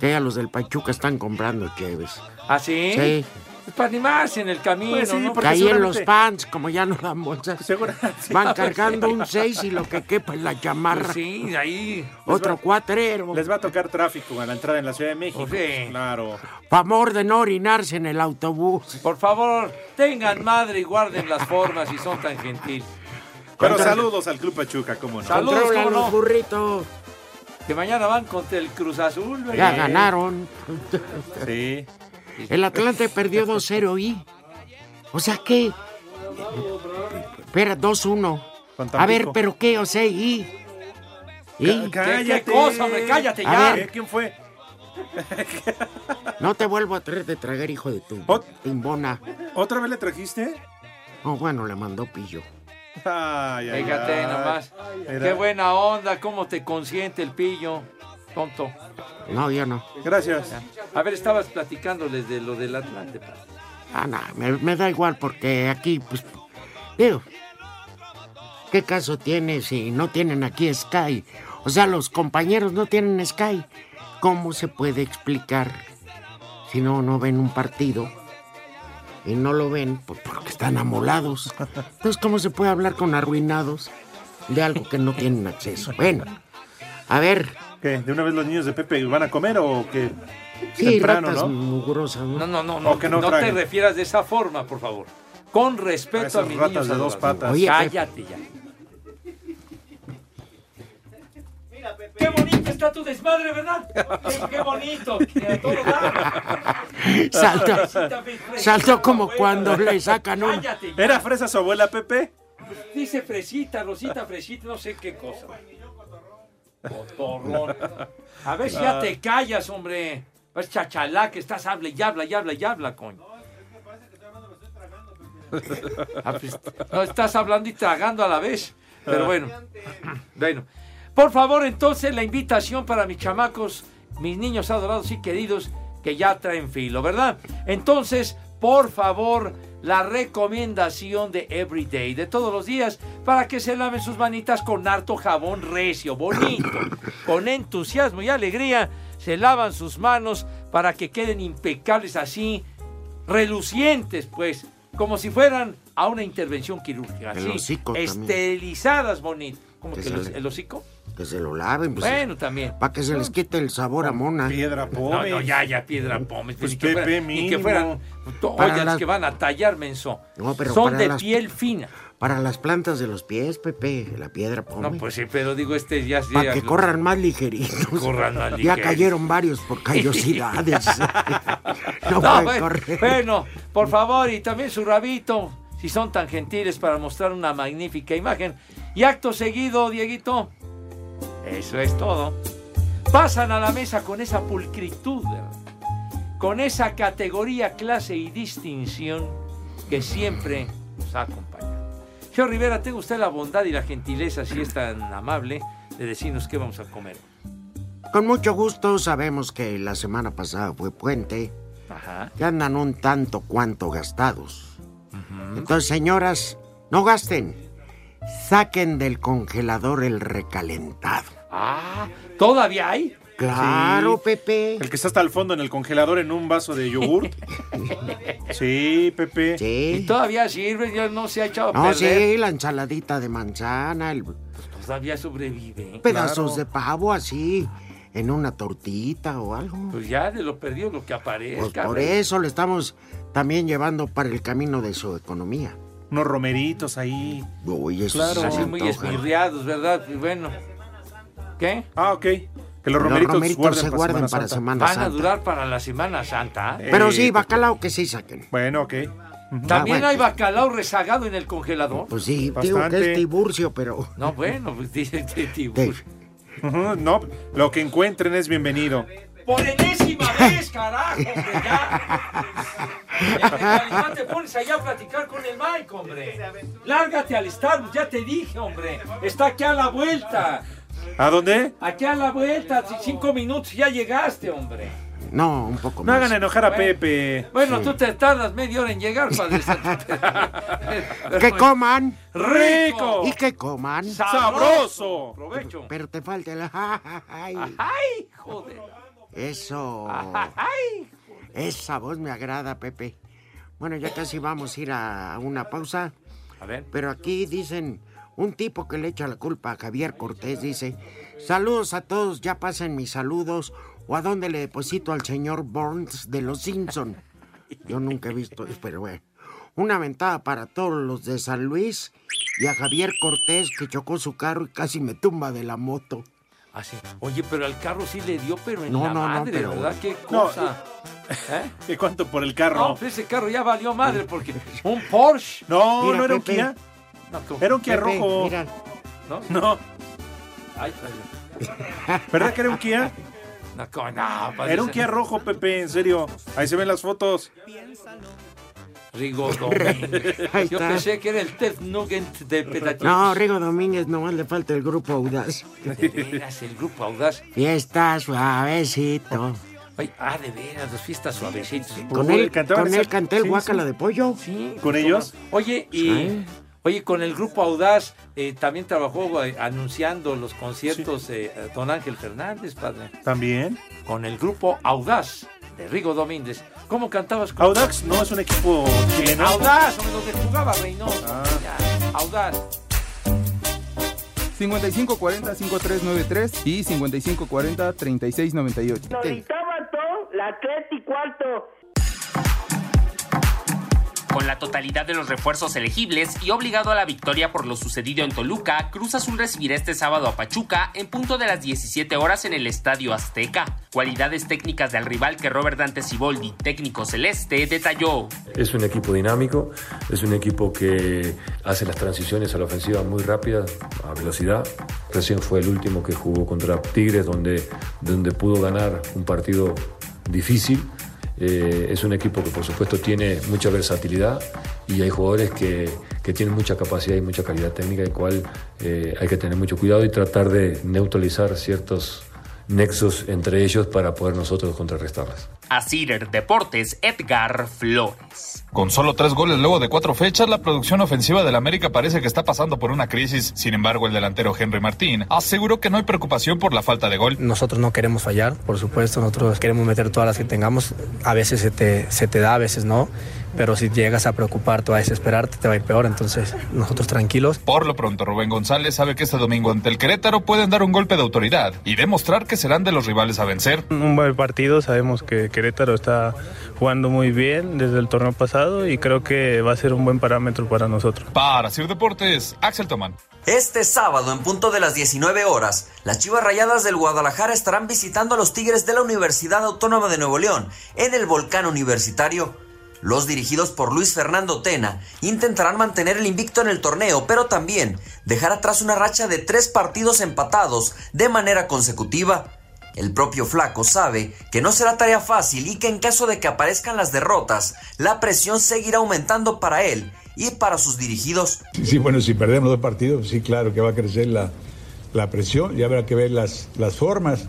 Speaker 4: Que ya los del Pachuca están comprando chéves.
Speaker 8: ¿Ah, sí?
Speaker 4: Sí.
Speaker 8: Es para animarse en el camino,
Speaker 4: Pues sí,
Speaker 8: ¿no?
Speaker 4: porque Caí en los pants, como ya no dan bolsas.
Speaker 2: [laughs]
Speaker 4: Van cargando un 6 y lo que quepa en la chamarra.
Speaker 2: Pues sí,
Speaker 8: ahí.
Speaker 4: Otro cuatrero.
Speaker 2: Les va a tocar tráfico a la entrada en la Ciudad de México. Claro.
Speaker 4: Favor de no orinarse en el autobús.
Speaker 8: Por favor, tengan madre y guarden las formas si son tan gentil.
Speaker 2: Pero saludos al Club Pachuca, cómo no.
Speaker 8: Saludos,
Speaker 2: Controla
Speaker 8: cómo
Speaker 2: los
Speaker 8: no.
Speaker 4: burritos.
Speaker 8: Que mañana van contra el Cruz Azul. ¿verdad?
Speaker 4: Ya ganaron.
Speaker 2: Sí.
Speaker 4: El Atlante perdió 2-0 y. O sea que. Espera, 2-1.
Speaker 2: Con Tampico.
Speaker 4: A ver, pero qué, o sea, y. ¿Y?
Speaker 2: Cállate.
Speaker 4: A ver,
Speaker 2: ¿Quién fue?
Speaker 4: no te vuelvo a traer de tragar, hijo de tu timbona.
Speaker 2: ¿Otra vez le trajiste?
Speaker 4: Oh, bueno, le mandó pillo.
Speaker 2: Ay, ay,
Speaker 8: Fíjate
Speaker 2: ay.
Speaker 8: nomás.
Speaker 2: Era-
Speaker 8: Qué buena onda, cómo te consiente el pillo. Tonto.
Speaker 4: No, yo no.
Speaker 2: Gracias.
Speaker 8: A ver, estabas platicándoles de lo del Atlante. pa.
Speaker 4: Ah, no, me, me da igual porque aquí, pues. Digo. ¿Qué caso tiene si no tienen aquí Sky? O sea, los compañeros no tienen Sky. ¿Cómo se puede explicar si no, no ven un partido? Y no lo ven pues, porque están amolados. Entonces, ¿cómo se puede hablar con arruinados de algo que no tienen acceso? Bueno, a ver.
Speaker 2: ¿Qué? ¿De una vez los niños de Pepe van a comer o qué?
Speaker 4: Sí,
Speaker 2: Temprano,
Speaker 4: ratas
Speaker 2: ¿no?
Speaker 4: mugrosas, ¿no?
Speaker 8: No, no, no, no.
Speaker 2: O que no
Speaker 8: no te
Speaker 2: traguen.
Speaker 8: refieras de esa forma, por favor. Con
Speaker 2: A
Speaker 8: respeto a,
Speaker 2: esas
Speaker 8: mis
Speaker 2: ratas
Speaker 8: niños
Speaker 2: de dos
Speaker 8: adorados.
Speaker 2: patas. Oye,
Speaker 8: Cállate ya.
Speaker 3: Qué bonito está tu desmadre, ¿verdad? Qué, qué bonito. que a todo dar.
Speaker 4: Saltó, saltó como cuando le sacan un.
Speaker 8: Cállate ya.
Speaker 2: ¿Era fresa su abuela, Pepe?
Speaker 8: Dice fresita, rosita, fresita, no sé qué cosa. Cotorrón. A ver si ya te callas, hombre. Vas chachalá que estás habla y habla y habla y habla, coño. Ah, pues, No estás hablando y tragando a la vez. Pero bueno. Bueno. Por favor, entonces, la invitación para mis chamacos, mis niños adorados y queridos, que ya traen filo, ¿verdad? Entonces, por favor, la recomendación de Everyday, de todos los días, para que se laven sus manitas con harto jabón recio, bonito, con entusiasmo y alegría. Se lavan sus manos para que queden impecables así, relucientes, pues, como si fueran a una intervención quirúrgica.
Speaker 4: El
Speaker 8: así,
Speaker 4: hocico también.
Speaker 8: esterilizadas, bonito. ¿Cómo
Speaker 4: Que
Speaker 8: que el,
Speaker 4: se le-
Speaker 8: el hocico?
Speaker 4: Que se lo laven, pues.
Speaker 8: Bueno, también.
Speaker 4: Para que se les quite el sabor a mona.
Speaker 2: Piedra
Speaker 8: No, no, ya, ya, piedra pómez.
Speaker 4: Pues,
Speaker 8: Pues, ni que fuera-
Speaker 4: Pepe,
Speaker 8: ni que
Speaker 4: mínimo.
Speaker 8: fueran to-
Speaker 4: Para
Speaker 8: ollas
Speaker 4: las-
Speaker 8: que van a tallar, menso.
Speaker 4: No, pero
Speaker 8: Son
Speaker 4: para
Speaker 8: de
Speaker 4: las-
Speaker 8: piel fina.
Speaker 4: Para las plantas de los pies, Pepe, la piedra pómez.
Speaker 8: No, pues sí, pero digo, este ya...
Speaker 4: Para
Speaker 8: ya-
Speaker 4: que corran más ligeritos.
Speaker 8: Corran más
Speaker 4: Ya
Speaker 8: ligeritos.
Speaker 4: cayeron varios
Speaker 8: [laughs]
Speaker 4: por callosidades. no,
Speaker 8: No,
Speaker 4: pueden
Speaker 8: bueno,
Speaker 4: correr.
Speaker 8: bueno, por favor, y también su rabito, si son tan gentiles para mostrar una magnífica imagen. Y acto seguido, Dieguito, eso es todo. Pasan a la mesa con esa pulcritud, ¿verdad? con esa categoría, clase y distinción que siempre nos ha acompañado. Señor Rivera, tenga usted la bondad y la gentileza, si es tan amable, de decirnos qué vamos a comer.
Speaker 4: Con mucho gusto, sabemos que la semana pasada fue puente.
Speaker 8: Ajá.
Speaker 4: Ya andan un tanto cuanto gastados. Entonces, señoras, no gasten. Saquen del congelador el recalentado.
Speaker 8: Ah, ¿todavía hay?
Speaker 4: Claro,
Speaker 2: Sí.
Speaker 4: Pepe.
Speaker 2: El que está hasta el fondo en el congelador en un vaso
Speaker 4: [laughs]
Speaker 2: de yogur. sí, Pepe.
Speaker 8: Y todavía sirve, ya no se ha echado a
Speaker 4: No,
Speaker 8: perder.
Speaker 4: sí, la ensaladita de manzana, el-
Speaker 8: Todavía sobrevive. ¿eh?
Speaker 4: pedazos de pavo así, en una tortita o algo.
Speaker 8: Pues ya de lo perdido lo que
Speaker 4: Pues
Speaker 8: aparezca.
Speaker 4: por
Speaker 8: güey.
Speaker 4: eso le estamos también llevando para el camino de su economía.
Speaker 2: Unos romeritos ahí.
Speaker 4: Uy, eso
Speaker 2: Claro.
Speaker 4: se
Speaker 8: Así
Speaker 4: me
Speaker 8: muy
Speaker 4: antoja.
Speaker 8: esmirriados, ¿verdad? Y bueno. ¿Qué?
Speaker 2: Ah, ok. Que los romeritos, guarden
Speaker 4: se
Speaker 2: para
Speaker 4: guarden
Speaker 2: Semana
Speaker 4: para
Speaker 2: Santa.
Speaker 4: Semana
Speaker 8: Van
Speaker 4: Santa.
Speaker 8: a durar para la Semana Santa. ¿eh?
Speaker 4: Pero sí, bacalao que sí saquen.
Speaker 2: Bueno, ok.
Speaker 8: También
Speaker 4: Ah, bueno.
Speaker 8: hay bacalao rezagado en el congelador.
Speaker 4: Pues sí, digo que
Speaker 2: Bastante.
Speaker 4: es tiburcio, pero...
Speaker 8: No, bueno, pues dice este tipo.
Speaker 2: Ujú, No, lo que encuentren es bienvenido.
Speaker 8: Por enésima vez, carajo, hombre, ya. Ya, Calimán, te pones allá a platicar con el Mike, hombre. Lárgate al Starbucks, ya te dije, hombre. Está aquí a la vuelta.
Speaker 2: ¿A dónde?
Speaker 8: Aquí a la vuelta, c- cinco minutos y ya llegaste, hombre.
Speaker 4: No, un poco
Speaker 2: No
Speaker 4: más.
Speaker 2: hagan enojar a
Speaker 8: Bueno.
Speaker 2: Pepe.
Speaker 8: Bueno,
Speaker 4: Sí.
Speaker 8: tú te tardas media hora en llegar, padre. santo.
Speaker 4: [laughs] ¡Que coman!
Speaker 8: ¡Rico!
Speaker 4: ¡Y que coman!
Speaker 2: ¡Sabroso!
Speaker 8: ¡Provecho!
Speaker 4: Pero te falta el... [laughs] ¡Ay!
Speaker 8: ¡Ay, joder!
Speaker 4: Eso.
Speaker 8: [laughs] ¡Ay!
Speaker 4: Esa voz me agrada, Pepe. Bueno, ya casi vamos a ir a a una pausa.
Speaker 8: A ver.
Speaker 4: Pero aquí dicen, un tipo que le echa la culpa a Javier Cortés dice, saludos a todos, ya pasen mis saludos, o a dónde le deposito al señor Burns de Los Simpson. Yo nunca he visto, pero bueno. Una ventada para todos los de San Luis y a Javier Cortés que chocó su carro y casi me tumba de la moto.
Speaker 8: Así. Ah, Oye, pero al carro sí le dio, pero en
Speaker 4: No,
Speaker 8: la
Speaker 4: no, no,
Speaker 8: madre,
Speaker 4: pero-
Speaker 8: ¿verdad? ¡Qué cosa! ¿Eh?
Speaker 2: [laughs] ¿Y cuánto por el
Speaker 8: No,
Speaker 2: carro?
Speaker 8: pues ese carro ya valió madre porque [laughs] un Porsche.
Speaker 2: No,
Speaker 4: Mira,
Speaker 2: no era un
Speaker 4: Pepe.
Speaker 2: Kia.
Speaker 8: No, ¿cómo?
Speaker 2: Era un Kia
Speaker 4: Pepe,
Speaker 2: rojo.
Speaker 4: mira,
Speaker 8: ¿No?
Speaker 2: No,
Speaker 8: Ay, padre.
Speaker 2: ¿verdad que era un Kia?
Speaker 8: No, ¿cómo? No, pues, padre.
Speaker 2: Era un Kia rojo, Pepe, en serio. Ahí se ven las fotos.
Speaker 8: Rigo Domínguez.
Speaker 4: Ahí
Speaker 8: Yo
Speaker 4: está.
Speaker 8: pensé que era el Ted Nugent de Petachos.
Speaker 4: No, Rigo Domínguez, nomás le falta el grupo audaz.
Speaker 8: De veras, el grupo audaz.
Speaker 4: Fiesta suavecito.
Speaker 8: Ay, ah, de veras, las fiestas suavecitos.
Speaker 4: Con
Speaker 2: Uy,
Speaker 4: él,
Speaker 2: cantaban
Speaker 4: con
Speaker 2: esa-
Speaker 4: él canté el
Speaker 2: sí, sí.
Speaker 4: guácala de pollo.
Speaker 8: Sí.
Speaker 2: ¿Con ellos?
Speaker 8: Oye, y.
Speaker 4: Sí.
Speaker 8: Oye, con el grupo Audaz eh, también trabajó eh, anunciando los conciertos eh, eh, Don Ángel Fernández, padre.
Speaker 2: También.
Speaker 8: Con el grupo Audaz de Rigo Domínguez. ¿Cómo cantabas? con-
Speaker 2: Audax no es un equipo chileno. Ah.
Speaker 8: Audaz, hombre, donde jugaba Reynoso. Ya, Audaz.
Speaker 11: 5540-5393 y 5540-3698.
Speaker 21: Solitaba todo, la y cuarto.
Speaker 15: Con la totalidad de los refuerzos elegibles y obligado a la victoria por lo sucedido en Toluca, Cruz Azul recibirá este sábado a Pachuca en punto de las 17 horas en el Estadio Azteca. Cualidades técnicas del rival que Robert Dante Siboldi, técnico celeste, detalló.
Speaker 22: Es un equipo dinámico, es un equipo que hace las transiciones a la ofensiva muy rápidas, a velocidad. Recién fue el último que jugó contra Tigres, donde, donde pudo ganar un partido difícil. Eh, es un equipo que por supuesto tiene mucha versatilidad y hay jugadores que, que tienen mucha capacidad y mucha calidad técnica, el cual eh, hay que tener mucho cuidado y tratar de neutralizar ciertos nexos entre ellos para poder nosotros contrarrestarlas.
Speaker 15: A Cider Deportes, Edgar Flores.
Speaker 1: Con solo tres goles luego de cuatro fechas, la producción ofensiva del América parece que está pasando por una crisis. Sin embargo, el delantero Henry Martín aseguró que no hay preocupación por la falta de gol.
Speaker 23: Nosotros no queremos fallar, por supuesto, nosotros queremos meter todas las que tengamos. A veces se te, se te da, a veces no, pero si llegas a preocuparte o a desesperarte, te va a ir peor. Entonces, nosotros tranquilos.
Speaker 1: Por lo pronto, Rubén González sabe que este domingo ante el Querétaro pueden dar un golpe de autoridad y demostrar que serán de los rivales a vencer.
Speaker 24: Un buen partido, sabemos que Querétaro está jugando muy bien desde el torneo pasado y creo que va a ser un buen parámetro para nosotros.
Speaker 1: Para Sir Deportes, Axel Tomán.
Speaker 25: Este sábado, en punto de las 19 horas, las Chivas Rayadas del Guadalajara estarán visitando a los Tigres de la Universidad Autónoma de Nuevo León en el Volcán Universitario. Los dirigidos por Luis Fernando Tena intentarán mantener el invicto en el torneo, pero también dejar atrás una racha de tres partidos empatados de manera consecutiva. El propio Flaco sabe que no será tarea fácil y que en caso de que aparezcan las derrotas, la presión seguirá aumentando para él y para sus dirigidos.
Speaker 26: Sí, sí, bueno, si perdemos dos partidos, sí, claro que va a crecer la, la presión y habrá que ver las, las formas,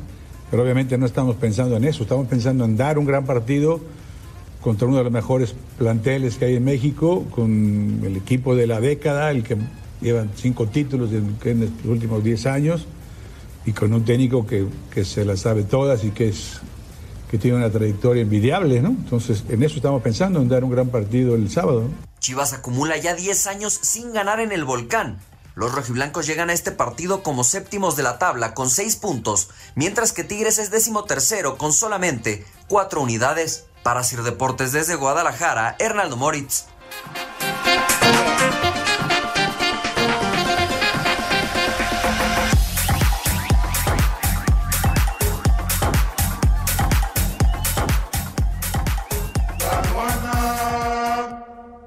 Speaker 26: pero obviamente no estamos pensando en eso, estamos pensando en dar un gran partido contra uno de los mejores planteles que hay en México, con el equipo de la década, el que llevan cinco títulos en, en los últimos 10 años, y con un técnico que, que se las sabe todas y que, es, que tiene una trayectoria envidiable, ¿no? Entonces, en eso estamos pensando, en dar un gran partido el sábado. ¿no?
Speaker 25: Chivas acumula ya 10 años sin ganar en el volcán. Los rojiblancos llegan a este partido como séptimos de la tabla con 6 puntos, mientras que Tigres es décimo tercero con solamente 4 unidades. Para Sir Deportes desde Guadalajara, Hernaldo Moritz.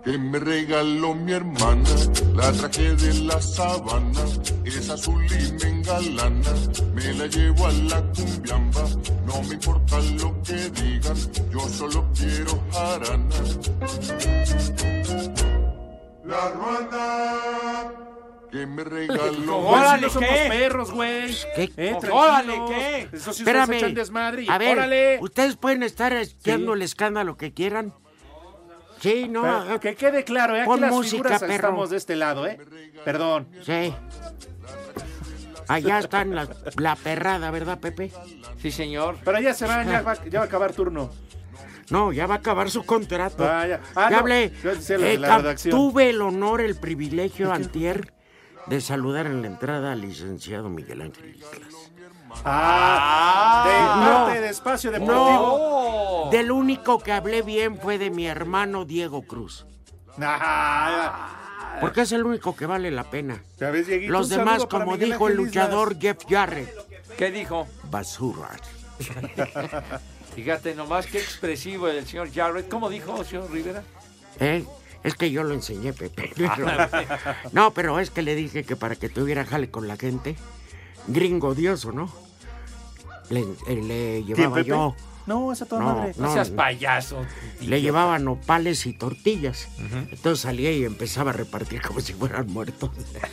Speaker 27: que me regaló mi hermana. La traje de la sabana, es azul y me engalana. Me la llevo a la cumbiamba, no me importa lo que digan, yo solo quiero jarana. La ruana que me regaló.
Speaker 8: Órale, ¿qué? perros, güey.
Speaker 4: ¿Qué?
Speaker 8: Eh, tranquilos.
Speaker 4: Órale,
Speaker 8: ¿qué?
Speaker 2: Eso sí, ustedes
Speaker 4: Espérame.
Speaker 2: echan desmadre y
Speaker 4: a ver,
Speaker 2: órale.
Speaker 4: ustedes pueden estar echando el escándalo que quieran. Sí, no. ah,
Speaker 2: Pero que quede claro, ¿eh? Aquí
Speaker 4: Pon
Speaker 2: las
Speaker 4: música,
Speaker 2: figuras
Speaker 4: perro.
Speaker 2: estamos de este lado, ¿eh? Perdón.
Speaker 4: Sí. Allá están las- la perrada, ¿verdad, Pepe?
Speaker 8: Sí, señor.
Speaker 2: Pero ya se van, ya va, ya va a acabar turno.
Speaker 4: No, ya va a acabar su contrato.
Speaker 2: Ah, ya. Ah, no.
Speaker 4: hablé.
Speaker 2: Yo decía lo de
Speaker 4: Eh,
Speaker 2: la
Speaker 4: cam-
Speaker 2: redacción.
Speaker 4: tuve el honor, el privilegio antier de saludar en la entrada al licenciado Miguel Ángel Islas.
Speaker 2: Ah, de
Speaker 4: No.
Speaker 2: parte de espacio deportivo.
Speaker 4: Del único que hablé bien fue de mi hermano Diego Cruz.
Speaker 2: Ah,
Speaker 4: Porque es el único que vale la pena.
Speaker 2: ¿Sabes, Dieguito?
Speaker 4: Los
Speaker 2: Un
Speaker 4: demás,
Speaker 2: saludo para
Speaker 4: como
Speaker 2: Miguel
Speaker 4: dijo el
Speaker 2: Ángel Islas.
Speaker 4: luchador Jeff Jarrett,
Speaker 8: ¿Qué dijo?
Speaker 4: basura.
Speaker 8: [laughs] Fíjate nomás qué expresivo el señor Jarrett. ¿Cómo dijo, señor Rivera? Ah,
Speaker 4: ¿Eh? Es que yo lo enseñé, Pepe. no, pero es que le dije que para que tuviera jale con la gente, gringo odioso, ¿no? Le, eh, le llevaba
Speaker 2: Pepe?
Speaker 4: yo,
Speaker 2: No, esa toda
Speaker 4: No,
Speaker 2: madre.
Speaker 4: no.
Speaker 8: seas payaso.
Speaker 4: le llevaba nopales y tortillas. Entonces salía y empezaba a repartir como si fueran muertos. [laughs]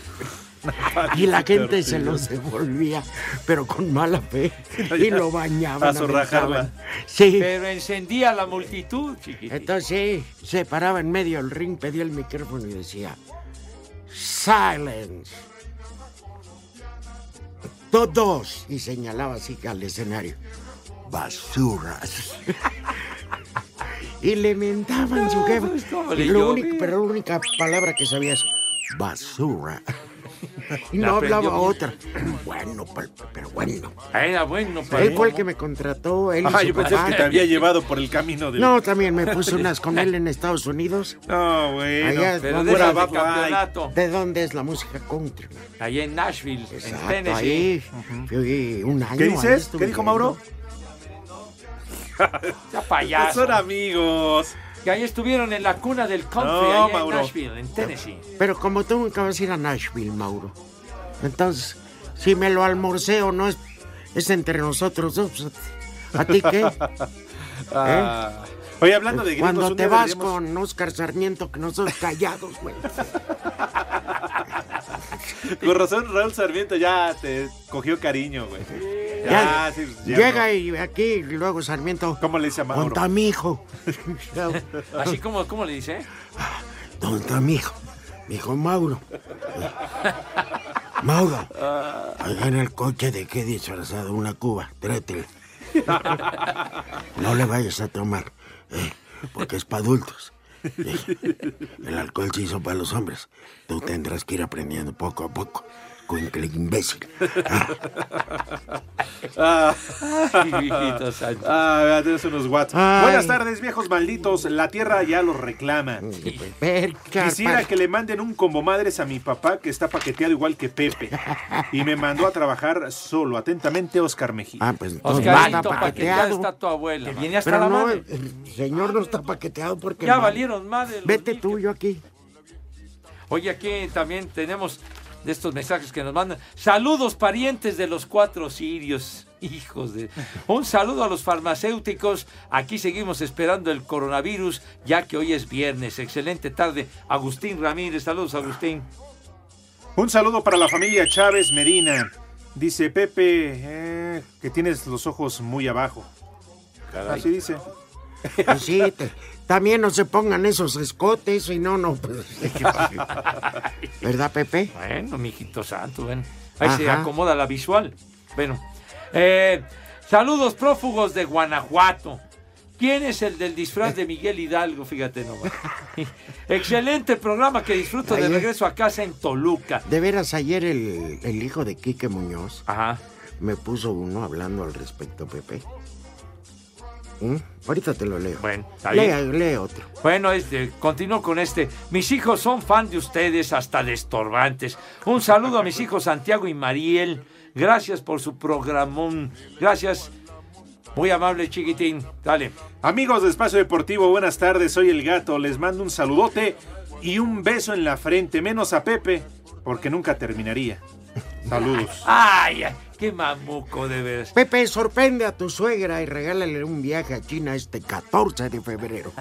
Speaker 4: Y la gente se los devolvía, pero con mala fe. Y lo bañaban.
Speaker 2: A zorrajarla.
Speaker 4: aventaban. Sí.
Speaker 8: Pero encendía la multitud, chiquito.
Speaker 4: Entonces sí, se paraba en medio del ring, pedía el micrófono y decía, silence. Todos. Y señalaba así al escenario, basuras. [laughs] y le mentaban su jefe.
Speaker 8: pues, ¿cómo
Speaker 4: Y
Speaker 8: le
Speaker 4: lo
Speaker 8: llovió?
Speaker 4: único- pero la única palabra que sabía es basura. Y
Speaker 8: La
Speaker 4: no hablaba
Speaker 8: aprendió.
Speaker 4: otra. [clears throat] Bueno, pa- pero bueno.
Speaker 8: Era bueno para
Speaker 4: Él fue el que me contrató. Él y
Speaker 2: Ah,
Speaker 4: su
Speaker 2: yo pensé
Speaker 4: papá.
Speaker 2: que te había llevado por el camino del.
Speaker 4: No, también
Speaker 2: [laughs]
Speaker 4: me puse unas con él en Estados Unidos.
Speaker 2: No, Ah, bueno.
Speaker 4: Allá
Speaker 8: Pero
Speaker 4: es
Speaker 8: de esas
Speaker 4: pura
Speaker 8: de
Speaker 4: baba.
Speaker 8: campeonato.
Speaker 4: ¿De dónde es la música country?
Speaker 8: Allá en Nashville, en
Speaker 4: Exacto,
Speaker 8: Tennessee.
Speaker 4: ahí. Fui un año.
Speaker 2: ¿Qué
Speaker 4: ahí
Speaker 2: dices?
Speaker 4: estuve
Speaker 2: ¿Qué dijo
Speaker 4: viviendo.
Speaker 2: Mauro?
Speaker 8: [laughs] Ya payaso.
Speaker 2: Son amigos.
Speaker 8: Que ahí estuvieron en la cuna del country,
Speaker 2: No,
Speaker 8: allá
Speaker 2: Mauro.
Speaker 8: en Nashville, en Tennessee.
Speaker 4: Pero como tú nunca vas a ir a Nashville, Mauro. Entonces, si me lo almorcé o no es, es entre nosotros dos. ¿A ti
Speaker 2: [laughs]
Speaker 4: qué? ¿Eh?
Speaker 2: Ah. Oye, hablando de gringos,
Speaker 4: Cuando
Speaker 2: un
Speaker 4: te
Speaker 2: día
Speaker 4: vas
Speaker 2: deberíamos-
Speaker 4: con Oscar Sarmiento, que nosotros callados, güey.
Speaker 2: Con razón, Raúl Sarmiento ya te cogió cariño, güey.
Speaker 4: Ya,
Speaker 2: Ah, [laughs] sí, ya
Speaker 4: llega
Speaker 2: no.
Speaker 4: y aquí y luego Sarmiento. ¿Cómo le dice a
Speaker 2: Mauro?
Speaker 4: Don
Speaker 2: [laughs]
Speaker 4: Tamijo.
Speaker 8: Así como, ¿cómo le dice?
Speaker 4: Don Tamijo. Mi hijo Mauro. Mauro. Allá en el coche de qué disfrazado una cuba. Tráetela. No le vayas a tomar. eh, porque es para adultos. Eh, el alcohol se hizo para los hombres. Tú tendrás que ir aprendiendo poco a poco. Cuincle imbécil. [laughs]
Speaker 2: Ah,
Speaker 4: hijito santo.
Speaker 2: Ah, vea, tienes unos guatos.
Speaker 4: Ay.
Speaker 2: Buenas tardes, viejos malditos. La tierra ya los reclama. Quisiera que le manden un combo madres a mi papá que está paqueteado igual que Pepe. Y me mandó a trabajar solo. Atentamente, Oscar Mejía.
Speaker 4: Ah, pues entonces
Speaker 8: Oscarito,
Speaker 4: está
Speaker 8: paqueteado
Speaker 4: paqueteado.
Speaker 8: está tu abuela. Que viene hasta
Speaker 4: Pero
Speaker 8: la
Speaker 4: no,
Speaker 8: madre.
Speaker 4: el señor no está paqueteado porque...
Speaker 8: Ya
Speaker 4: no.
Speaker 8: valieron madre. los
Speaker 4: Vete tú, yo aquí.
Speaker 8: Oye, aquí también tenemos de estos mensajes que nos mandan. Saludos, parientes de los cuatro sirios. [laughs] Hijos de. Un saludo a los farmacéuticos. Aquí seguimos esperando el coronavirus, ya que hoy es viernes. Excelente tarde. Agustín Ramírez. Saludos, Agustín.
Speaker 2: Un saludo para la familia Chávez Merina. Dice Pepe eh, que tienes los ojos muy abajo. Así dice.
Speaker 4: Pues sí, te- también no se pongan esos escotes y no, no. pues, [laughs] ¿Verdad, Pepe?
Speaker 8: Bueno, mijito santo, ven. Ahí se
Speaker 4: Ajá.
Speaker 8: acomoda la visual. Bueno. eh, saludos, prófugos de Guanajuato. ¿Quién es el del disfraz de Miguel Hidalgo?
Speaker 4: [laughs]
Speaker 8: Fíjate nomás. Excelente programa que disfruto de
Speaker 4: Ahí es.
Speaker 8: regreso a casa en Toluca.
Speaker 4: De veras, ayer el, el hijo de Quique Muñoz
Speaker 8: Ajá.
Speaker 4: me puso uno hablando al respecto, Pepe. ¿Mm? Ahorita te lo leo.
Speaker 8: Bueno, está
Speaker 4: lea,
Speaker 8: bien.
Speaker 4: lea otro.
Speaker 8: Bueno, este, continúo con este. Mis hijos son fan de ustedes, hasta de estorbantes. Un saludo a mis hijos Santiago y Mariel. Gracias por su programón. Gracias. Muy amable, chiquitín. Dale.
Speaker 2: Amigos de Espacio Deportivo, buenas tardes. Soy el gato. Les mando un saludote y un beso en la frente, menos a Pepe, porque nunca terminaría. Saludos.
Speaker 8: Ay, ay, qué mamuco de veras.
Speaker 4: Pepe, sorprende a tu suegra y regálale un viaje a China este 14 de
Speaker 8: [laughs]
Speaker 4: febrero.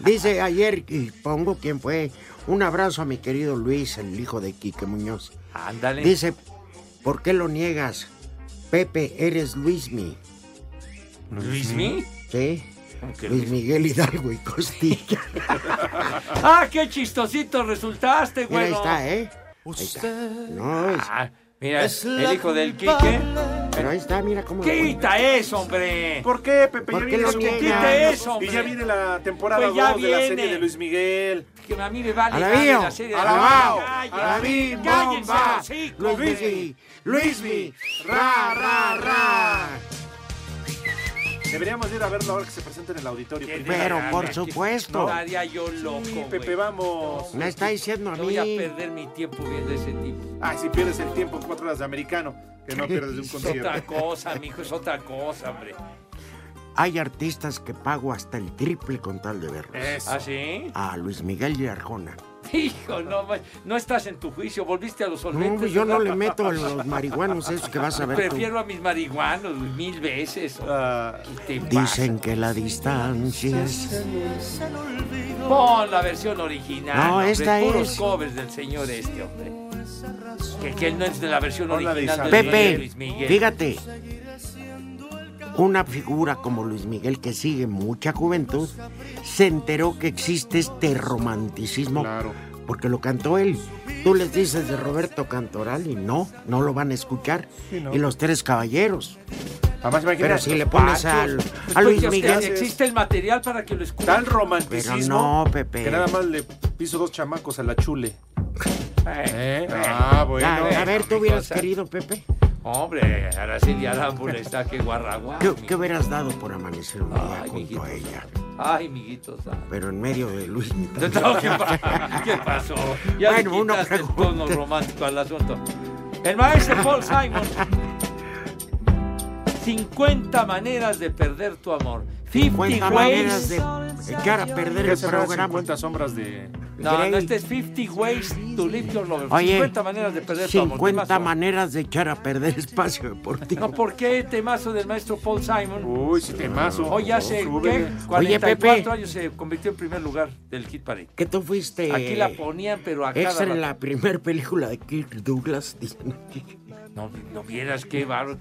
Speaker 4: Dice ayer, y pongo quién fue, un abrazo a mi querido Luis, el hijo de Quique Muñoz.
Speaker 8: Ándale.
Speaker 4: Dice, ¿por qué lo niegas? Pepe, eres Luismi.
Speaker 8: ¿Luismi?
Speaker 4: Sí.
Speaker 8: que
Speaker 4: Luis Miguel Hidalgo y
Speaker 8: [laughs]
Speaker 4: Costilla.
Speaker 8: ¡Ah, qué chistosito resultaste,
Speaker 4: Mira,
Speaker 8: güey!
Speaker 4: ahí está, ¿eh? Ahí está. No, es-
Speaker 8: Ah, mira,
Speaker 4: Es
Speaker 8: el
Speaker 4: la
Speaker 8: hijo del Quique.
Speaker 4: Pero ahí está, mira cómo... lo pone.
Speaker 8: ¡Quita eso, hombre!
Speaker 2: ¿Por qué, Pepe?
Speaker 4: ¿Por
Speaker 2: ya
Speaker 4: qué
Speaker 2: viene
Speaker 4: lo
Speaker 2: su
Speaker 4: niegas?
Speaker 2: cumpleaños.
Speaker 8: Quita eso, hombre.
Speaker 2: Y ya viene la temporada
Speaker 8: Pues ya
Speaker 2: 2 de la serie
Speaker 8: viene.
Speaker 2: de Luis Miguel.
Speaker 8: Que a mí me vale.
Speaker 4: Alabío,
Speaker 8: madre la serie de-
Speaker 4: alabao,
Speaker 8: Cállense,
Speaker 4: alabí,
Speaker 8: cállense,
Speaker 4: bomba,
Speaker 8: hocico,
Speaker 4: Luismi, Luismi,
Speaker 2: ra, ra, ra. Deberíamos ir a verlo ahora que se presenten en el auditorio. Pepe.
Speaker 4: Pero por
Speaker 8: No.
Speaker 4: supuesto,
Speaker 8: Estaría yo loco,
Speaker 2: Sí,
Speaker 8: güey.
Speaker 2: Pepe, vamos.
Speaker 4: me está diciendo a
Speaker 8: No voy a
Speaker 4: mí...
Speaker 8: perder mi tiempo viendo ese tipo.
Speaker 2: Ay, Ah, si pierdes el tiempo, cuatro horas de americano, que no pierdes de un
Speaker 8: Es otra
Speaker 2: concierto.
Speaker 8: cosa, mijo, es otra cosa, hombre.
Speaker 4: Hay artistas que pago hasta el triple con tal de verlos.
Speaker 8: ¿Ah, sí? [laughs]
Speaker 4: A Luis Miguel y Arjona.
Speaker 8: Hijo, no, ma- no estás en tu juicio, volviste a los
Speaker 4: No,
Speaker 8: solventes.
Speaker 4: pues yo no
Speaker 8: ¿verdad?
Speaker 4: le meto
Speaker 8: [laughs]
Speaker 4: a los marihuanos esos que vas a ver tú.
Speaker 8: Prefiero a mis marihuanos güey, mil veces. hombre.
Speaker 2: Ah.
Speaker 8: ¿Qué te pasa?
Speaker 4: Dicen que la distancia es...
Speaker 8: Pon la versión original.
Speaker 4: No,
Speaker 8: hombre,
Speaker 4: esta
Speaker 8: puros
Speaker 4: es.
Speaker 8: covers del señor este, hombre. Que, que él no es de la versión
Speaker 2: Pon la de
Speaker 8: original de
Speaker 4: Pepe,
Speaker 8: Luis Miguel.
Speaker 4: fíjate, una figura como Luis Miguel que sigue mucha juventud, se enteró que existe este romanticismo porque lo cantó él. Tú les dices de Roberto Cantoral y no, no lo van a escuchar.
Speaker 2: Sí, no.
Speaker 4: Y los tres caballeros.
Speaker 2: Además, imagínate.
Speaker 4: Pero si le pones a,
Speaker 8: Pues,
Speaker 4: a Luis
Speaker 8: pues,
Speaker 4: Miguel...
Speaker 8: Existe el material para que lo escuchen.
Speaker 2: Tal romanticismo.
Speaker 4: Pero no, Pepe.
Speaker 2: Que nada más le piso dos chamacos a la chule.
Speaker 8: Eh,
Speaker 2: Ah, bueno.
Speaker 4: A, a ver, ¿tú
Speaker 8: mi
Speaker 4: hubieras
Speaker 8: cosa.
Speaker 4: querido, Pepe?
Speaker 8: Hombre, Araceli Arámbula está que guarragua.
Speaker 4: ¿Qué, qué hubieras dado por amanecer un día junto a ella?
Speaker 8: Ay, ah. miguito. santo.
Speaker 4: Pero en medio de Luis Miguel.
Speaker 8: [laughs] No, ¿qué, pa- qué pasó? Ya
Speaker 4: Bueno,
Speaker 8: le
Speaker 4: uno
Speaker 8: quitaste el tono romántico al asunto. El maestro Paul Simon. 50 maneras de perder tu amor.
Speaker 4: 50 maneras de echar a perder
Speaker 2: ¿Qué
Speaker 4: el
Speaker 2: será
Speaker 4: programa.
Speaker 2: 50 sombras de...
Speaker 8: No, no, este es 50 ways to live your love.
Speaker 4: Oye,
Speaker 8: 50 maneras de perder tu amor.
Speaker 4: 50
Speaker 8: Temazo.
Speaker 4: maneras de echar a perder espacio deportivo.
Speaker 8: No, ¿por qué temazo del maestro Paul Simon?
Speaker 2: Uy, sí, temazo.
Speaker 8: Hoy hace, ¿qué?
Speaker 2: Súbele.
Speaker 8: 44
Speaker 4: Oye, Pepe.
Speaker 8: años se convirtió en primer lugar del Hit Parade.
Speaker 4: Que tú fuiste.
Speaker 8: Aquí la ponían, pero [laughs] a cada
Speaker 4: Extra en
Speaker 8: rato.
Speaker 4: la primera película de Kirk Douglas. dicen.
Speaker 8: No, no vieras qué bárbaro.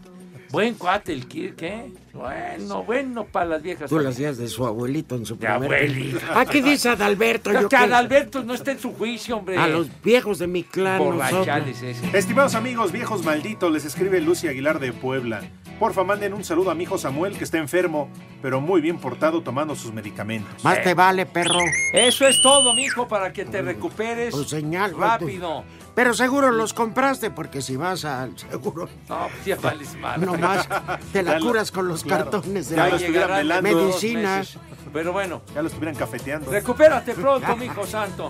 Speaker 8: Buen cuate el Kirk, ¿eh? Bueno, bueno para las viejas.
Speaker 4: Tú las días de su abuelito en su
Speaker 8: De
Speaker 4: primera
Speaker 8: abuelito.
Speaker 4: película. Aquí dice Adalberto.
Speaker 8: No,
Speaker 4: Yo
Speaker 8: que
Speaker 4: quiero-
Speaker 8: Adalberto no está en su juicio, hombre.
Speaker 4: A los viejos de mi clan.
Speaker 8: Borrachales
Speaker 4: nosotros.
Speaker 8: ese.
Speaker 2: Estimados amigos, viejos malditos, les escribe Lucy Aguilar de Puebla. Porfa, manden un saludo a mi hijo Samuel, que está enfermo, pero muy bien portado tomando sus medicamentos.
Speaker 4: Más te vale, perro.
Speaker 8: Eso es todo, mijo, para que te recuperes
Speaker 4: Pues señal,
Speaker 8: rápido.
Speaker 4: Pero seguro los compraste, porque si vas al seguro,
Speaker 8: No, pues ya vales mal.
Speaker 4: nomás te la
Speaker 2: Ya lo-
Speaker 4: curas con los
Speaker 2: claro.
Speaker 4: cartones de
Speaker 2: Ya
Speaker 4: la
Speaker 2: lo estuvieran velando dos
Speaker 4: medicina.
Speaker 2: meses.
Speaker 8: Pero bueno,
Speaker 2: Ya lo estuvieran cafeteando.
Speaker 8: recupérate pronto, mijo santo.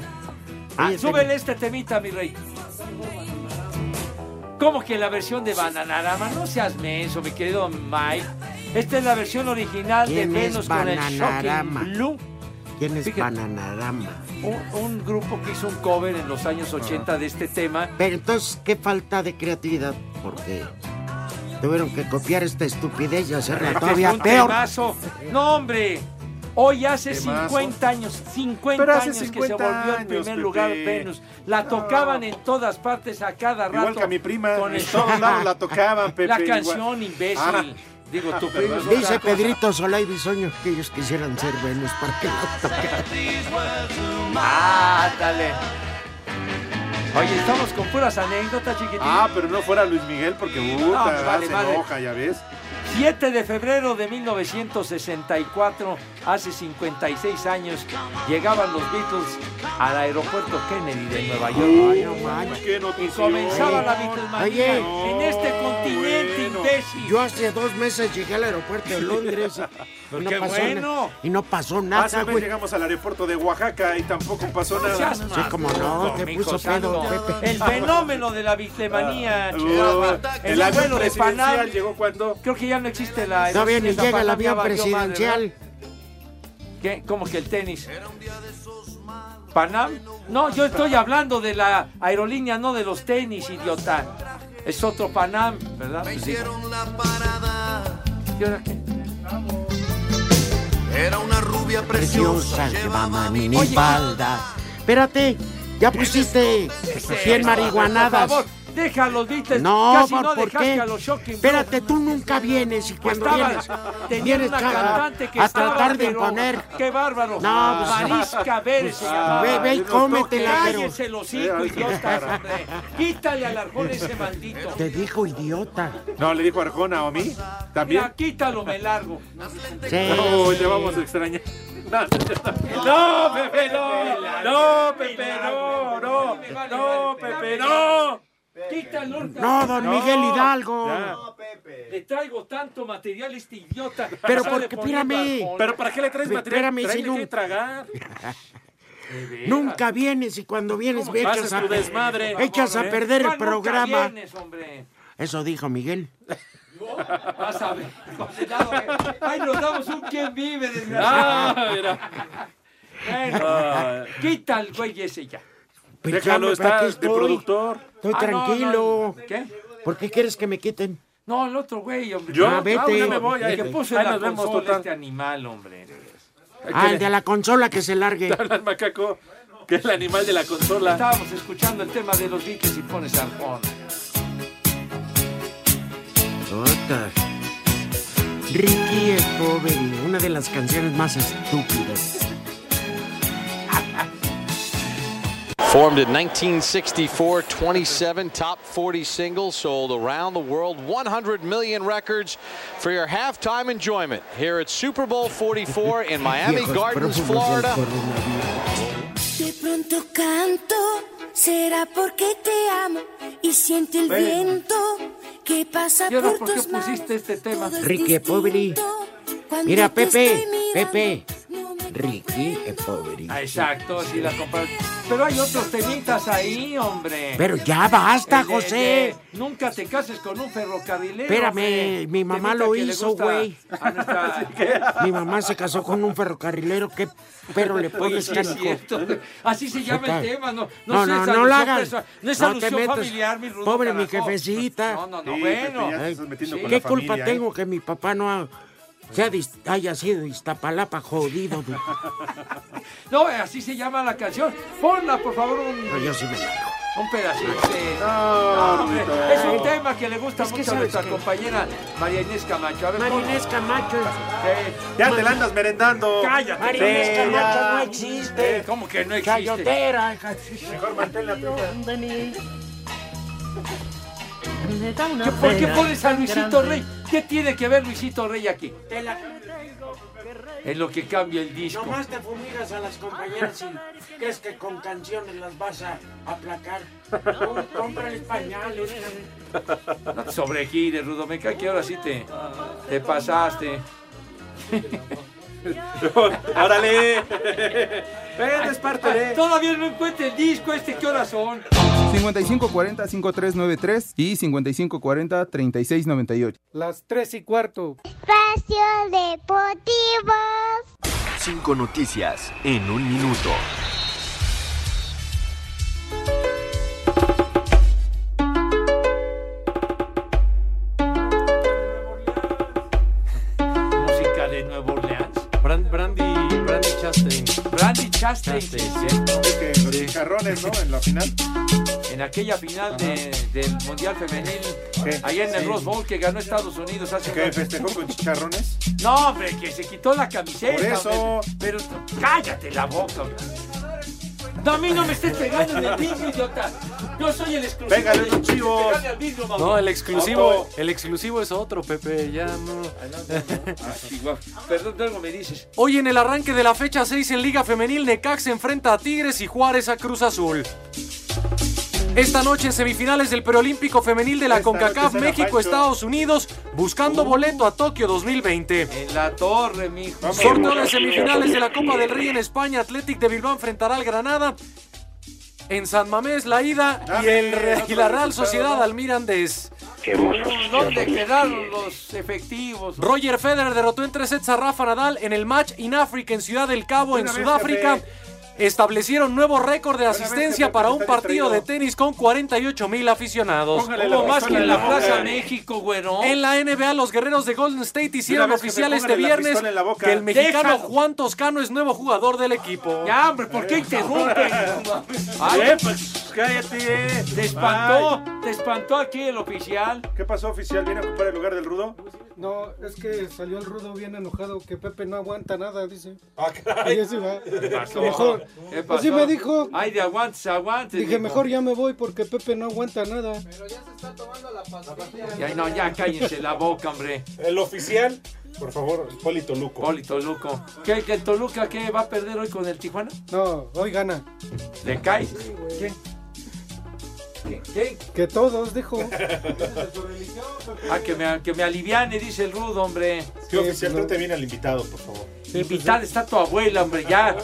Speaker 4: Ah,
Speaker 8: Súbele este temita, mi rey. ¿Cómo que la versión de Bananarama? No seas menso, mi querido Mike. Esta es la versión original de
Speaker 4: ¿Quién es
Speaker 8: Venus con el
Speaker 4: Bananarama?
Speaker 8: Shocking Blue.
Speaker 4: ¿Quién es
Speaker 8: Fíjate.
Speaker 4: Bananarama?
Speaker 8: Un, un grupo que hizo un cover en los años 80 de este tema.
Speaker 4: Pero entonces, ¿qué falta de creatividad? Porque tuvieron que copiar esta estupidez y hacerla
Speaker 8: Este
Speaker 4: todavía
Speaker 8: es un
Speaker 4: peor.
Speaker 8: temazo. No, hombre. Hoy hace
Speaker 2: Temazo.
Speaker 8: 50 años, 50
Speaker 2: Pero hace
Speaker 8: años que
Speaker 2: 50
Speaker 8: se volvió en
Speaker 2: años,
Speaker 8: primer
Speaker 2: Pepe.
Speaker 8: lugar Venus. La tocaban en todas partes a cada rato.
Speaker 2: Igual que a mi prima,
Speaker 8: Con
Speaker 2: en
Speaker 8: el-
Speaker 2: todos lados la tocaban, Pepe.
Speaker 8: La
Speaker 2: igual.
Speaker 8: canción, imbécil.
Speaker 2: Ah.
Speaker 8: Digo, tu prima es
Speaker 2: Perdón.
Speaker 8: otra
Speaker 4: Dice
Speaker 8: cosa.
Speaker 4: Pedrito Solá y Bisoño que ellos quisieran ser Venus para que la tocaran.
Speaker 8: Mátale. Oye, estamos con puras anécdotas, chiquitín.
Speaker 2: Ah, pero no fuera Luis Miguel, porque puta,
Speaker 8: pues vale
Speaker 2: se
Speaker 8: madre.
Speaker 2: enoja, ya ves.
Speaker 8: 7 de febrero de 1964, hace 56 años, llegaban los Beatles al aeropuerto Kennedy de Nueva
Speaker 4: Ay, no
Speaker 8: York.
Speaker 4: manches.
Speaker 2: Qué
Speaker 8: Y
Speaker 2: notición.
Speaker 8: comenzaba la Beatlemanía
Speaker 4: Oye.
Speaker 8: en este continente,
Speaker 2: bueno.
Speaker 8: imbécil.
Speaker 4: Yo hace dos meses llegué al aeropuerto de Londres y,
Speaker 8: Pero
Speaker 4: no,
Speaker 8: qué
Speaker 4: pasó
Speaker 8: bueno.
Speaker 4: na- y no pasó
Speaker 2: Hace
Speaker 4: nada,
Speaker 2: un mes
Speaker 4: güey.
Speaker 2: llegamos al aeropuerto de Oaxaca y tampoco pasó
Speaker 8: No
Speaker 2: nada.
Speaker 8: seas
Speaker 4: Sí, como no, te
Speaker 8: mijo
Speaker 4: puso
Speaker 8: santo.
Speaker 4: pedo, Pepe.
Speaker 8: El fenómeno de la Beatlemanía.
Speaker 2: Uh,
Speaker 8: chico.
Speaker 2: el avión
Speaker 8: abuelo de
Speaker 2: presidencial
Speaker 8: Panal.
Speaker 2: llegó cuando.
Speaker 8: Creo que ya no existe la...
Speaker 4: Todavía ni
Speaker 8: esa
Speaker 4: llega el
Speaker 8: Panal,
Speaker 4: avión
Speaker 8: ya valió madre,
Speaker 4: presidencial.
Speaker 8: ¿Qué? ¿Cómo que el tenis? ¿Panam? No, yo estoy hablando de la aerolínea, no de los tenis, idiota. Es otro Panam, ¿verdad? Pues sí. ¿Y ahora qué?
Speaker 28: Era una rubia
Speaker 4: Preciosa, llevaba mini falda. Espérate, ya pusiste 100 marihuanadas.
Speaker 8: Por favor, deja a los Beatles.
Speaker 4: No,
Speaker 8: Casi
Speaker 4: por-
Speaker 8: no
Speaker 4: ¿por
Speaker 8: dejaste
Speaker 4: qué?
Speaker 8: a los Shocking Blue.
Speaker 4: Espérate, tú nunca vienes y cuando
Speaker 8: Estaba-
Speaker 4: vienes,
Speaker 8: tenía
Speaker 4: vienes
Speaker 8: una
Speaker 4: cada-
Speaker 8: cantante que
Speaker 4: a
Speaker 8: estaba,
Speaker 4: tratar de
Speaker 8: pero-
Speaker 4: imponer.
Speaker 8: ¡Qué bárbaro!
Speaker 4: No, pues-
Speaker 8: Marisca Vélez se
Speaker 4: Pues,
Speaker 8: llamaba.
Speaker 4: ve- ve y
Speaker 8: No toques.
Speaker 4: cómetela, pero-
Speaker 8: ¡Cállese el hocico, idiota, hombre! ¡Quítale al arjón ese maldito!
Speaker 4: Te dijo idiota.
Speaker 2: No, le dijo Arjona o a mí. También.
Speaker 8: Mira, quítalo, me largo.
Speaker 4: Sí.
Speaker 2: No, ya vamos a extrañar. No, no, Pepe, no. No, Pepe, no, no. No, Pepe, no.
Speaker 8: Quítalo.
Speaker 4: No, don Miguel Hidalgo.
Speaker 8: Le traigo tanto material a este idiota.
Speaker 4: Pero
Speaker 8: Sale
Speaker 4: porque,
Speaker 8: poniendo
Speaker 4: espérame.
Speaker 8: arjón.
Speaker 2: Pero ¿para qué le traes material?
Speaker 4: Espérame,
Speaker 2: Tráele
Speaker 4: señor.
Speaker 2: que tragar.
Speaker 4: Nunca vienes y cuando vienes me echas
Speaker 2: haces
Speaker 4: a,
Speaker 2: tu desmadre?
Speaker 4: echas a
Speaker 2: ¿Eh?
Speaker 4: perder el
Speaker 8: Ah, nunca
Speaker 4: programa.
Speaker 8: vienes, hombre.
Speaker 4: Eso dijo Miguel.
Speaker 8: Vas a ver, condenado, eh. Ay, nos damos un quien vive, desgraciado.
Speaker 2: Ah, mira. Ah.
Speaker 8: Bueno, quita el güey ese ya.
Speaker 4: Pero
Speaker 2: Déjalo,
Speaker 4: chame, pero
Speaker 2: está
Speaker 4: aquí
Speaker 2: de
Speaker 4: estoy.
Speaker 2: productor.
Speaker 4: Estoy
Speaker 8: Ah, no,
Speaker 4: tranquilo.
Speaker 8: no, ¿Qué?
Speaker 4: ¿Por qué quieres que me quiten?
Speaker 8: No, el otro güey, hombre.
Speaker 2: Yo,
Speaker 4: Ah, vete.
Speaker 2: Ah, ya me voy.
Speaker 8: El
Speaker 2: Ahí,
Speaker 8: que puso
Speaker 2: ahí
Speaker 8: en la
Speaker 2: nos vemos
Speaker 8: consola
Speaker 2: total.
Speaker 8: este animal, hombre.
Speaker 4: Ah, el de la consola que se largue.
Speaker 2: Habla el macaco, que es el animal de la consola.
Speaker 8: Estábamos escuchando el tema de los diques y pones arpón.
Speaker 4: Ota. Ricky es joven, una de las canciones más estúpidas.
Speaker 5: Formed in 1964, 27 top 40 singles sold around the world, 100 million records for your halftime enjoyment here at Super Bowl 44 in Miami
Speaker 4: Viejos
Speaker 5: Gardens,
Speaker 4: prófugos del
Speaker 5: Florida.
Speaker 4: coronavirus.
Speaker 6: De pronto canto, será porque te amo y siento el
Speaker 8: Ven.
Speaker 6: viento que pasa
Speaker 8: ¿Y ahora
Speaker 6: por
Speaker 8: por qué
Speaker 6: tus manos.
Speaker 8: pusiste este tema?
Speaker 6: Todo es
Speaker 4: Ricky
Speaker 6: distinto
Speaker 4: Poveri.
Speaker 6: cuando
Speaker 4: Mira,
Speaker 6: te
Speaker 4: Pepe,
Speaker 6: estoy mirando.
Speaker 4: Pepe, Ricky es pobre.
Speaker 8: Ah, exacto, sí la compras. Pero hay otros temitas ahí, hombre.
Speaker 4: Pero ya basta,
Speaker 8: Eh, de-
Speaker 4: José.
Speaker 8: de- nunca te cases con un ferrocarrilero.
Speaker 4: Espérame,
Speaker 8: hombre.
Speaker 4: mi mamá
Speaker 8: Temita
Speaker 4: lo
Speaker 8: que le
Speaker 4: hizo,
Speaker 8: gusta
Speaker 4: güey.
Speaker 8: a
Speaker 4: [laughs]
Speaker 8: nuestra-
Speaker 4: Mi mamá se casó con un ferrocarrilero, ¿qué pero le
Speaker 8: Oye,
Speaker 4: pones
Speaker 8: sí es
Speaker 4: canijo?
Speaker 8: cierto. Así se llama el
Speaker 4: Total.
Speaker 8: tema, no,
Speaker 4: No, no,
Speaker 8: no, sé, es
Speaker 4: no
Speaker 8: alusión
Speaker 4: la hagas.
Speaker 8: personal, No es
Speaker 4: No te
Speaker 8: alusión
Speaker 4: metas.
Speaker 8: familiar, mi rudo
Speaker 4: Pobre mi
Speaker 8: carajo.
Speaker 4: jefecita.
Speaker 8: No, no, no,
Speaker 4: Sí,
Speaker 8: bueno.
Speaker 4: pero ya te estás
Speaker 2: metiendo
Speaker 8: Sí.
Speaker 2: con
Speaker 4: ¿Qué
Speaker 2: la
Speaker 4: culpa
Speaker 2: familia, ¿eh?
Speaker 4: tengo que mi papá no ha- sea de- haya sido de Iztapalapa jodido? güey?
Speaker 8: [laughs] No, así se llama la canción. Ponla, por favor, un,
Speaker 4: Pero yo sí me la hago.
Speaker 8: un pedacito.
Speaker 4: No,
Speaker 8: hombre,
Speaker 4: Rudito.
Speaker 8: es un tema que le gusta
Speaker 4: Es que
Speaker 8: mucho a
Speaker 4: sabes
Speaker 8: nuestra
Speaker 4: que-
Speaker 8: compañera María Inés Camacho. A ver,
Speaker 4: María
Speaker 8: ponla.
Speaker 4: Inés Camacho.
Speaker 8: Sí.
Speaker 2: Ya te la andas merendando.
Speaker 8: Cállate.
Speaker 4: María Inés
Speaker 8: Sí,
Speaker 4: Camacho
Speaker 8: ya.
Speaker 4: no existe.
Speaker 8: Eh, ¿Cómo que no existe?
Speaker 4: Chayotera.
Speaker 2: Mejor mantén la tuya.
Speaker 8: ¿Qué- ¿Por qué pones a Luisito Rey? ¿Qué tiene que ver Luisito Rey aquí?
Speaker 4: Te la-
Speaker 8: Es lo que cambia el disco.
Speaker 4: Nomás te fumigas a las compañeras y crees que con canciones las vas a aplacar. No, cómprales pañales.
Speaker 8: [laughs] No te sobregires, Rudomeca, que ahora sí te, te pasaste. [laughs]
Speaker 2: ¡Órale!
Speaker 8: Pero es parte
Speaker 2: de-
Speaker 8: Todavía no encuentro el disco este, ¿qué horas son?
Speaker 11: 5540-5393 y 5540-3698.
Speaker 28: Las tres y cuarto.
Speaker 7: Espacio Deportivo.
Speaker 13: Cinco noticias en un minuto.
Speaker 8: Música de Nueva Orleans.
Speaker 14: Brand- Brandy, Brandy Chastain.
Speaker 8: Brandy Chastain, sí,
Speaker 14: Chastain,
Speaker 8: cierto.
Speaker 2: Los chicharrones, ¿no? En la final.
Speaker 8: En aquella final de- del Mundial Femenil,
Speaker 2: ¿Qué?
Speaker 8: allá en el
Speaker 2: Sí.
Speaker 8: Rose Bowl que ganó Estados Unidos hace
Speaker 2: ¿Que
Speaker 8: unos-
Speaker 2: festejó con chicharrones?
Speaker 8: No, hombre, que se quitó la camiseta.
Speaker 2: Por eso.
Speaker 8: hombre. Pero cállate la boca. hombre. No, a mí no me estés pegando en el vidrio, idiota. Yo soy el exclusivo.
Speaker 2: Pégale
Speaker 8: de-
Speaker 2: los chivos.
Speaker 8: Pégale al vidrio, mamón.
Speaker 14: No, el exclusivo,
Speaker 8: Otto.
Speaker 14: el exclusivo es otro, Pepe, ya no.
Speaker 8: Ah, chihuahua. Perdón, luego me dices.
Speaker 14: [laughs] Hoy en el arranque de la fecha 6 en Liga Femenil, Necax enfrenta a Tigres y Juárez a Cruz Azul. Esta noche en semifinales del Preolímpico Femenil de la
Speaker 8: Esta noche
Speaker 14: CONCACAF
Speaker 8: será Pancho. Uh.
Speaker 14: México-Estados Unidos buscando boleto a Tokio 2020.
Speaker 8: En la torre, mijo.
Speaker 14: Sorteo de semifinales de la Copa del Rey en España, Athletic de Bilbao enfrentará al Granada. En San Mamés, la ida y,
Speaker 8: Ah,
Speaker 14: el, Re- y la Real Sociedad al Mirandés.
Speaker 8: ¿Dónde quedaron los efectivos?
Speaker 14: Roger Federer derrotó en tres sets a Rafa Nadal en el match in Africa en Ciudad del Cabo, en
Speaker 8: Buena vez,
Speaker 14: Sudáfrica. Establecieron nuevo récord de
Speaker 8: vez,
Speaker 14: asistencia
Speaker 8: Pepe,
Speaker 14: para
Speaker 8: te
Speaker 14: un
Speaker 8: está
Speaker 14: partido de
Speaker 8: distraído.
Speaker 14: tenis con 48 mil
Speaker 28: Pues,
Speaker 14: aficionados.
Speaker 8: Póngale la Hubo más pistola que en la en la Plaza boca. México, güero.
Speaker 14: En la NBA, los guerreros de Golden State hicieron
Speaker 8: Una vez que me
Speaker 14: oficial este
Speaker 8: pongan la
Speaker 14: viernes
Speaker 8: pistola en la boca.
Speaker 14: que el mexicano
Speaker 8: Déjalo.
Speaker 14: Juan Toscano es nuevo jugador del equipo. Eh,
Speaker 8: Ya, hombre, ¿por
Speaker 14: [laughs]
Speaker 8: qué interrumpen? Ay, pues, cállate. Te espantó, te espantó aquí el oficial.
Speaker 2: ¿Qué pasó, oficial? ¿Viene a ocupar el lugar del rudo?
Speaker 28: No, es que salió el rudo bien enojado que Pepe no aguanta nada, dice.
Speaker 9: Ah,
Speaker 28: Y así va.
Speaker 8: ¿Qué pasó?
Speaker 28: Mejor.
Speaker 8: ¿Qué pasó?
Speaker 28: Así Pues me dijo.
Speaker 8: Ay, de aguantes, aguantes.
Speaker 28: Dije,
Speaker 8: dijo.
Speaker 28: mejor ya me voy porque Pepe no aguanta nada.
Speaker 8: Ya, no, ya cállense la boca, hombre.
Speaker 16: El oficial, por favor, Polito Luco.
Speaker 8: Polito Luco. ¿Qué, que el Toluca qué va a perder hoy con el Tijuana?
Speaker 28: No, hoy gana.
Speaker 8: ¿Le cae? ¿Quién?
Speaker 28: Que todos, dijo.
Speaker 8: [laughs] Ah, que me, que me aliviane, dice el rudo, hombre.
Speaker 16: Sí, oficial, trate bien al invitado, por favor.
Speaker 4: pues,
Speaker 8: Invitada pues, está tu abuela, hombre, ya.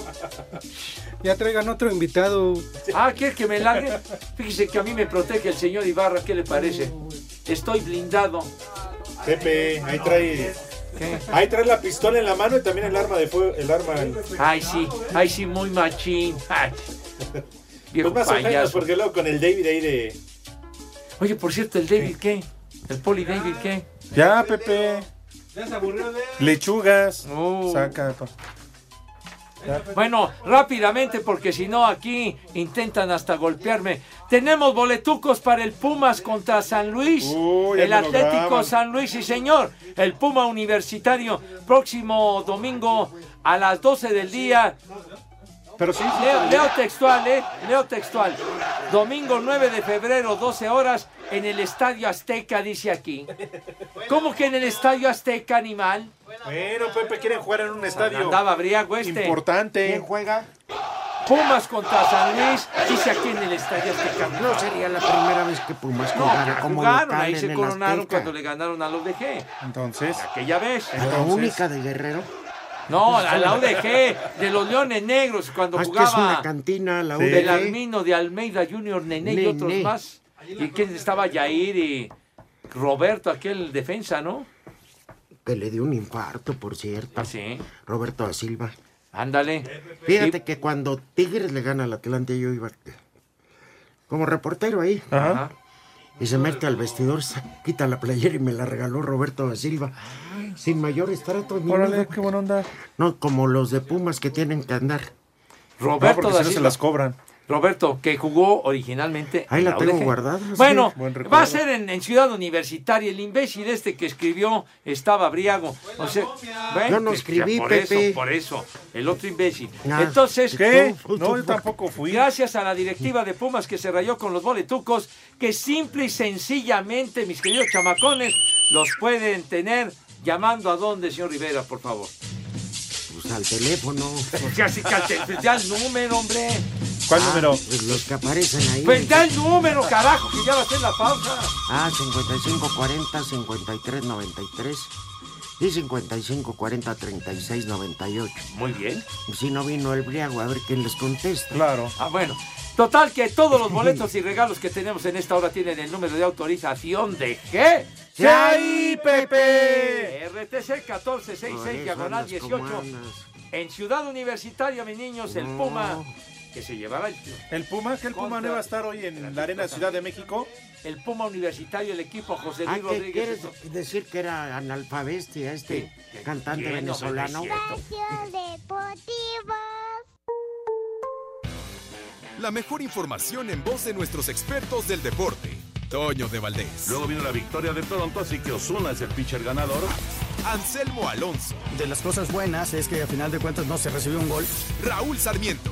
Speaker 28: Ya traigan otro invitado.
Speaker 8: Ah, ¿quieres que me largue? Fíjese que a mí me protege el señor Ibarra, ¿qué le parece? Estoy blindado.
Speaker 16: Pepe, ahí trae.
Speaker 8: ¿Qué?
Speaker 16: Ahí trae la pistola en la mano y también el arma de fuego, el arma.
Speaker 8: Ay, sí, ay, sí, muy machín. Ay, viejo
Speaker 16: Pues más o menos,
Speaker 8: payaso.
Speaker 16: porque luego con el David ahí de.
Speaker 8: Oye, por cierto, el David, ¿qué? ¿El Poli David, qué?
Speaker 2: Ya, Pepe.
Speaker 28: Ya se aburrió de
Speaker 2: Lechugas.
Speaker 8: Uh.
Speaker 2: Saca. pa-
Speaker 8: Bueno, rápidamente, porque si no aquí intentan hasta golpearme. Tenemos boletucos para el Pumas contra San Luis.
Speaker 2: Uy, ya
Speaker 8: el
Speaker 2: me lo
Speaker 8: Atlético
Speaker 2: graban.
Speaker 8: San Luis, y señor. El Puma Universitario, próximo domingo a las 12 del día.
Speaker 2: Pero sí, sí,
Speaker 8: Leo,
Speaker 2: sí.
Speaker 8: leo textual, ¿eh? Leo textual. Domingo 9 de febrero, 12 horas, en el Estadio Azteca, dice aquí. ¿Cómo que en el Estadio Azteca, animal?
Speaker 16: Bueno, Pepe, quieren jugar en un estadio.
Speaker 8: Andaba briago este.
Speaker 16: Importante.
Speaker 8: ¿Quién juega? Pumas contra San Luis, dice aquí en el Estadio Azteca.
Speaker 4: No sería la primera vez que Pumas
Speaker 8: No,
Speaker 4: jugara como
Speaker 8: jugaron,
Speaker 4: local
Speaker 8: ahí
Speaker 4: en
Speaker 8: se
Speaker 4: el
Speaker 8: coronaron
Speaker 4: Azteca.
Speaker 8: cuando le ganaron a los DG.
Speaker 2: Entonces.
Speaker 8: Aquella vez.
Speaker 4: La única de Guerrero.
Speaker 8: No, la, la UDG, de los Leones Negros, cuando
Speaker 4: Ah, Es que es una
Speaker 8: jugaba
Speaker 4: cantina, la
Speaker 8: del
Speaker 4: UDG.
Speaker 8: Almino de Almeida Junior, Nene y
Speaker 4: Nene.
Speaker 8: otros más. ¿Y quién estaba? Yair y Roberto, aquel defensa, ¿no?
Speaker 4: Que le dio un infarto, por cierto.
Speaker 8: sí.
Speaker 4: Roberto da Silva.
Speaker 8: Ándale.
Speaker 4: Fíjate que cuando Tigres le gana al Atlante, yo iba como reportero ahí.
Speaker 8: Ajá.
Speaker 4: Y se mete al vestidor, se quita la playera y me la regaló Roberto da Silva. Sin mayores tratos ni nada.
Speaker 2: qué buena onda.
Speaker 4: No, como los de Pumas que tienen que andar.
Speaker 8: Roberto da Silva.
Speaker 2: cobran.
Speaker 8: Roberto, que jugó originalmente.
Speaker 4: Ahí
Speaker 8: en
Speaker 4: la tengo
Speaker 8: UDG.
Speaker 4: guardada, sí.
Speaker 8: Bueno,
Speaker 4: Buen recuerdo.
Speaker 8: va a ser en, en Ciudad Universitaria. El imbécil este que escribió estaba briago. O sea, ven,
Speaker 4: Yo no
Speaker 8: que-
Speaker 4: escribí,
Speaker 8: por
Speaker 4: Pepe.
Speaker 8: Eso, por eso, el otro imbécil.
Speaker 4: Ah,
Speaker 8: Entonces,
Speaker 4: ¿qué? No, yo tampoco
Speaker 8: fui. Gracias a la directiva de Pumas que se rayó con los boletucos, que simple y sencillamente, mis queridos chamacones, los pueden tener llamando a dónde, señor Rivera, por favor.
Speaker 4: Pues al teléfono.
Speaker 8: Casi, casi, pues ya el número, hombre.
Speaker 4: ¿Cuál número? Ah, pues, los que aparecen ahí.
Speaker 8: Pues ya el número, carajo, que ya va a ser la pausa.
Speaker 4: Ah, 5540 5393 y 5540 3698.
Speaker 8: Muy bien.
Speaker 4: Si no vino el briago, a ver quién les contesta.
Speaker 2: Claro.
Speaker 8: Ah, bueno. Total que todos los boletos y regalos que tenemos en esta hora tienen el número de autorización de qué?
Speaker 2: ¡Chai, Pepe!
Speaker 8: RTC 1466 diagonal
Speaker 4: Orejas,
Speaker 8: 18
Speaker 4: comandas.
Speaker 8: en Ciudad Universitaria, mis niños, el
Speaker 2: No.
Speaker 8: Puma que se llevará el
Speaker 2: El Puma, que el Puma no iba a estar hoy en la Arena Ciudad de México.
Speaker 8: El Puma Universitario, el equipo José
Speaker 4: Ah,
Speaker 8: Luis
Speaker 4: ¿qué
Speaker 8: Rodríguez.
Speaker 4: quieres decir que era analfabestia este cantante
Speaker 8: ¿Quién? No, pues, no es
Speaker 4: venezolano? [laughs]
Speaker 7: Deportivo.
Speaker 1: La mejor información en voz de nuestros expertos del deporte. Toño de Valdés.
Speaker 29: Luego vino la victoria de Toronto, así que Osuna es el pitcher ganador.
Speaker 1: Anselmo Alonso.
Speaker 30: De las cosas buenas es que a final de cuentas no se recibió un gol.
Speaker 1: Raúl Sarmiento.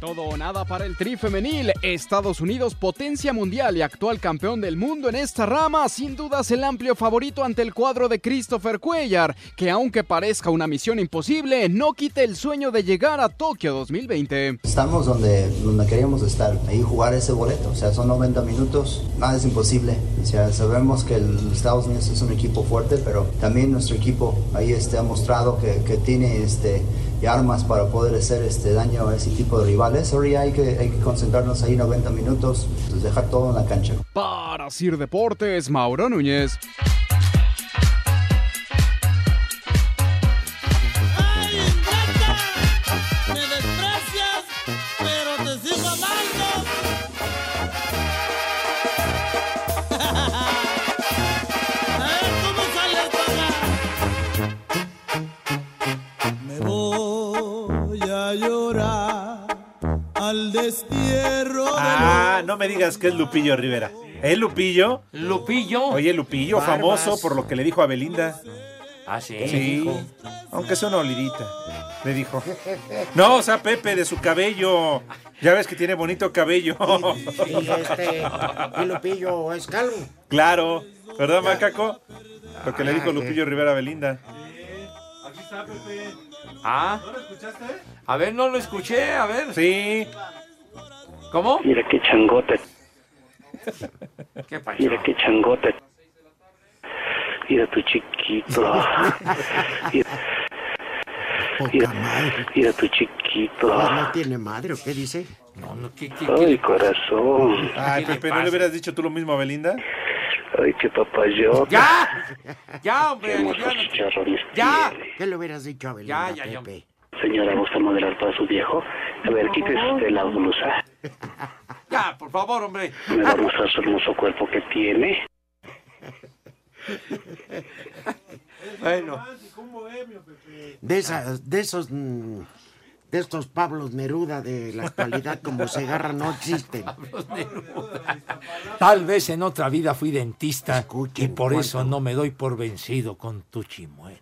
Speaker 28: Todo o nada para el tri femenil. Estados Unidos, potencia mundial y actual campeón del mundo en esta rama, sin dudas el amplio favorito ante el cuadro de Christopher Cuellar, que aunque parezca una misión imposible, no quite el sueño de llegar a Tokio 2020.
Speaker 20: Estamos donde, donde queríamos estar, ahí jugar ese boleto. O sea, son 90 minutos, nada es imposible. O sea, sabemos que el Estados Unidos es un equipo fuerte, pero también nuestro equipo ahí este, ha mostrado que, que tiene este, y armas para poder hacer este daño a ese tipo de rivales. Ahora hay que, hay que concentrarnos ahí 90 minutos, pues, dejar todo en la cancha.
Speaker 28: Para Sir Deportes, Mauro Núñez.
Speaker 9: Me desprecias, pero te sigo amando. A ver cómo sales para Me voy a llorar al destierro.
Speaker 2: Ah, no me digas que es Lupillo Rivera. ¿Es Lupillo?
Speaker 8: Lupillo.
Speaker 2: Oye, Lupillo,
Speaker 8: Barbas.
Speaker 2: famoso por lo que le dijo a Belinda.
Speaker 8: Ah, sí.
Speaker 2: Sí.
Speaker 8: dijo.
Speaker 2: Aunque sea una olidita. Le dijo. No, o sea, Pepe, de su cabello. Ya ves que tiene bonito cabello.
Speaker 4: Y
Speaker 2: [laughs]
Speaker 4: este, y Lupillo es calvo.
Speaker 2: Claro. ¿Verdad, Macaco? Lo que le dijo
Speaker 4: Ah,
Speaker 8: Ay,
Speaker 2: Lupillo Rivera a Belinda.
Speaker 31: Aquí está, Pepe.
Speaker 8: Ah,
Speaker 31: ¿No lo escuchaste?
Speaker 8: a ver, no lo escuché, a ver.
Speaker 2: Sí.
Speaker 8: ¿Cómo?
Speaker 12: Mira qué changote.
Speaker 8: ¿Qué pasó?
Speaker 12: Mira qué changote. Mira tu chiquito. Mira, mira, mira tu chiquito.
Speaker 4: Ah, No tiene madre, ¿o qué dice?
Speaker 8: No, no,
Speaker 12: Ay, corazón.
Speaker 2: Ay, Pepe, ¿no le hubieras dicho tú lo mismo a Belinda?
Speaker 12: Ay, qué papayota.
Speaker 8: Ya, hombre,
Speaker 12: Hermosos chicharrones.
Speaker 8: ya.
Speaker 4: ¿Qué le hubieras dicho a Belinda, Pepe?
Speaker 12: Señora, ¿gusta modelar para su viejo? A ver, quítese usted la blusa.
Speaker 8: Ya, por favor, hombre.
Speaker 12: Me va a mostrar su hermoso cuerpo que tiene.
Speaker 8: Bueno.
Speaker 4: De, esas, de esos mm, de estos Pablos Neruda de la actualidad como Segarra no
Speaker 8: [laughs]
Speaker 4: existen.
Speaker 8: Tal vez en otra vida fui dentista y por
Speaker 4: cuánto.
Speaker 8: eso no me doy por vencido con tu chimuelo.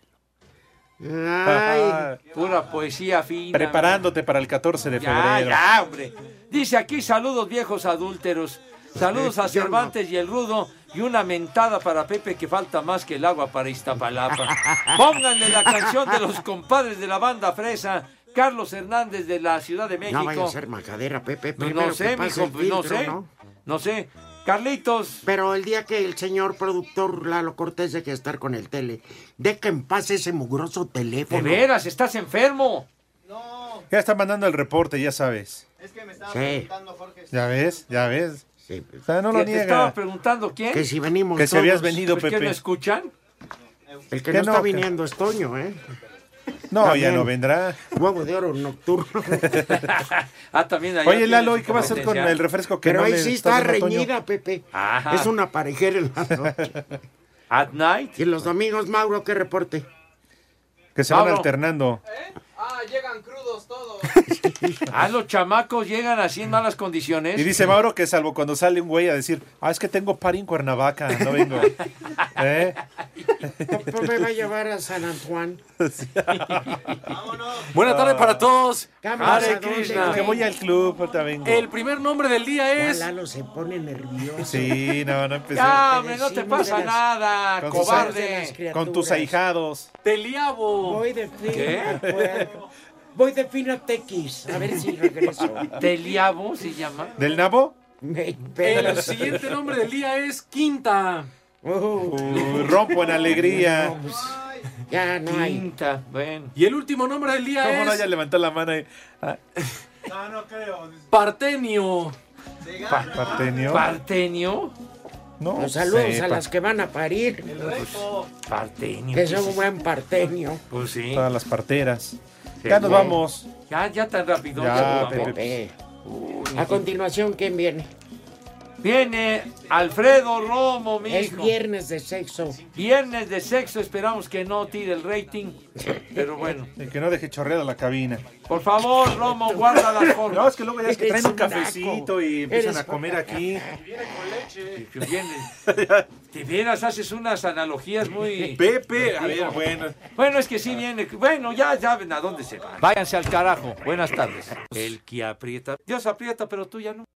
Speaker 4: Ay.
Speaker 8: Pura poesía fina.
Speaker 2: [laughs] Preparándote para el 14 de
Speaker 8: Ya,
Speaker 2: febrero.
Speaker 8: ya, hombre. Dice aquí saludos viejos adúlteros. Saludos a
Speaker 2: Yo no.
Speaker 8: Cervantes y el Rudo y una mentada para Pepe que falta más que el agua para
Speaker 4: [laughs]
Speaker 8: Iztapalapa. Pónganle la canción de los compadres de la banda fresa, Carlos Hernández de la Ciudad de México.
Speaker 4: No vaya a ser majadera, Pepe.
Speaker 8: No,
Speaker 4: Primero
Speaker 8: no sé,
Speaker 4: que pase
Speaker 8: mijo,
Speaker 4: el
Speaker 8: pues, no
Speaker 4: filtro,
Speaker 8: sé.
Speaker 4: ¿no?
Speaker 8: No sé. Carlitos.
Speaker 4: Pero el día que el señor productor Lalo Cortés deje de estar con el tele, deja en paz ese mugroso
Speaker 8: De
Speaker 4: teléfono.
Speaker 8: veras, estás enfermo.
Speaker 2: Ya está mandando el reporte, ya sabes.
Speaker 4: Sí.
Speaker 2: ¿Ya ves? ¿Ya ves? O sea, no
Speaker 8: Que
Speaker 2: lo
Speaker 8: te estaba
Speaker 2: niega.
Speaker 8: preguntando quién.
Speaker 4: Que si venimos
Speaker 2: Que si
Speaker 4: todos.
Speaker 2: habías venido,
Speaker 8: ¿Pues ¿Qué
Speaker 2: Pepe.
Speaker 8: no escuchan?
Speaker 4: El que
Speaker 2: Que
Speaker 4: no,
Speaker 2: no,
Speaker 4: está
Speaker 2: que-
Speaker 4: viniendo es Toño, ¿eh?
Speaker 2: No,
Speaker 4: También.
Speaker 2: ya no vendrá.
Speaker 4: Huevo de oro nocturno.
Speaker 8: Ah, también allá
Speaker 2: Oye, Lalo,
Speaker 8: tienen
Speaker 2: ¿y qué vas a hacer con
Speaker 8: competencia.
Speaker 2: el refresco que
Speaker 4: Pero
Speaker 2: no
Speaker 4: ahí
Speaker 2: le
Speaker 4: sí está
Speaker 2: estás dando a Toño?
Speaker 4: reñida, Pepe.
Speaker 8: Ajá.
Speaker 4: Es una parejera en
Speaker 14: [laughs]
Speaker 4: la noche.
Speaker 8: At night.
Speaker 4: Y los domingos, Mauro, ¿qué reporte?
Speaker 2: Que se van
Speaker 4: Pablo.
Speaker 2: alternando.
Speaker 8: Ah, los chamacos llegan así en malas condiciones.
Speaker 2: Y dice Mauro que salvo cuando sale un güey a decir, ah, es que tengo par en Cuernavaca, no
Speaker 8: [laughs]
Speaker 2: vengo. ¿Eh?
Speaker 4: Pues me va a llevar a San
Speaker 2: [laughs]
Speaker 4: Antoine.
Speaker 14: [laughs] Buena tarde para todos.
Speaker 4: Cámaras,
Speaker 14: Hare
Speaker 4: ¿a dónde,
Speaker 14: Krishna.
Speaker 4: güey?
Speaker 2: Que voy al club, ahorita vengo.
Speaker 14: El primer nombre del día
Speaker 4: Ya
Speaker 14: es.
Speaker 4: Lalo se pone nervioso.
Speaker 2: Sí, no, no empecé.
Speaker 8: Ya, hombre, no te pasa
Speaker 4: Decimos de las-
Speaker 8: nada,
Speaker 2: Con sus-
Speaker 8: cobarde.
Speaker 2: Con tus ahijados.
Speaker 14: Teliabo.
Speaker 4: Voy de fin
Speaker 8: ¿Qué?
Speaker 4: a Puebla. Voy de fin a Tequis. A ver si regreso.
Speaker 8: Teliabo se llama.
Speaker 2: ¿Del nabo?
Speaker 4: Me pela.
Speaker 14: El siguiente nombre del día es Quinta.
Speaker 8: Uh.
Speaker 2: Uy, rompo en alegría.
Speaker 4: No, pues, ya no hay.
Speaker 8: Quinta, ven.
Speaker 14: Y el último nombre del día
Speaker 2: ¿Cómo no
Speaker 14: es
Speaker 2: haya levantado la mano? ahí? Ah,
Speaker 14: Partenio.
Speaker 2: pa- Partenio.
Speaker 8: Partenio.
Speaker 2: No,
Speaker 4: Pues, saludos
Speaker 2: sé,
Speaker 4: a
Speaker 2: pa-
Speaker 4: las que van a parir.
Speaker 8: Partenio.
Speaker 4: Que son un buen parteño.
Speaker 8: Pues sí.
Speaker 2: Todas las parteras. Ya nos
Speaker 4: güey.
Speaker 2: vamos.
Speaker 8: Ya, ya tan rápido.
Speaker 2: Ya,
Speaker 8: ya nos vamos.
Speaker 4: Pepe. A continuación, ¿quién viene?
Speaker 8: Viene Alfredo Romo, mi
Speaker 4: Es
Speaker 8: hijo.
Speaker 4: viernes de sexo.
Speaker 8: Viernes de sexo, esperamos que no tire el rating. Pero bueno.
Speaker 2: El que no deje chorreada la cabina.
Speaker 8: Por favor, Romo, guarda las formas.
Speaker 2: No, es que luego ya es que
Speaker 4: Eres
Speaker 2: traen un
Speaker 4: un naco.
Speaker 2: cafecito y empiezan
Speaker 4: Eres
Speaker 2: a comer aquí.
Speaker 8: Que [laughs] vienes- Te vieras, haces unas analogías muy...
Speaker 2: Pepe, a ver, bueno.
Speaker 8: Bueno, es que sí viene. Bueno, ya saben a dónde se va. Váyanse al carajo. Buenas tardes. El que aprieta. Dios aprieta, pero tú ya no.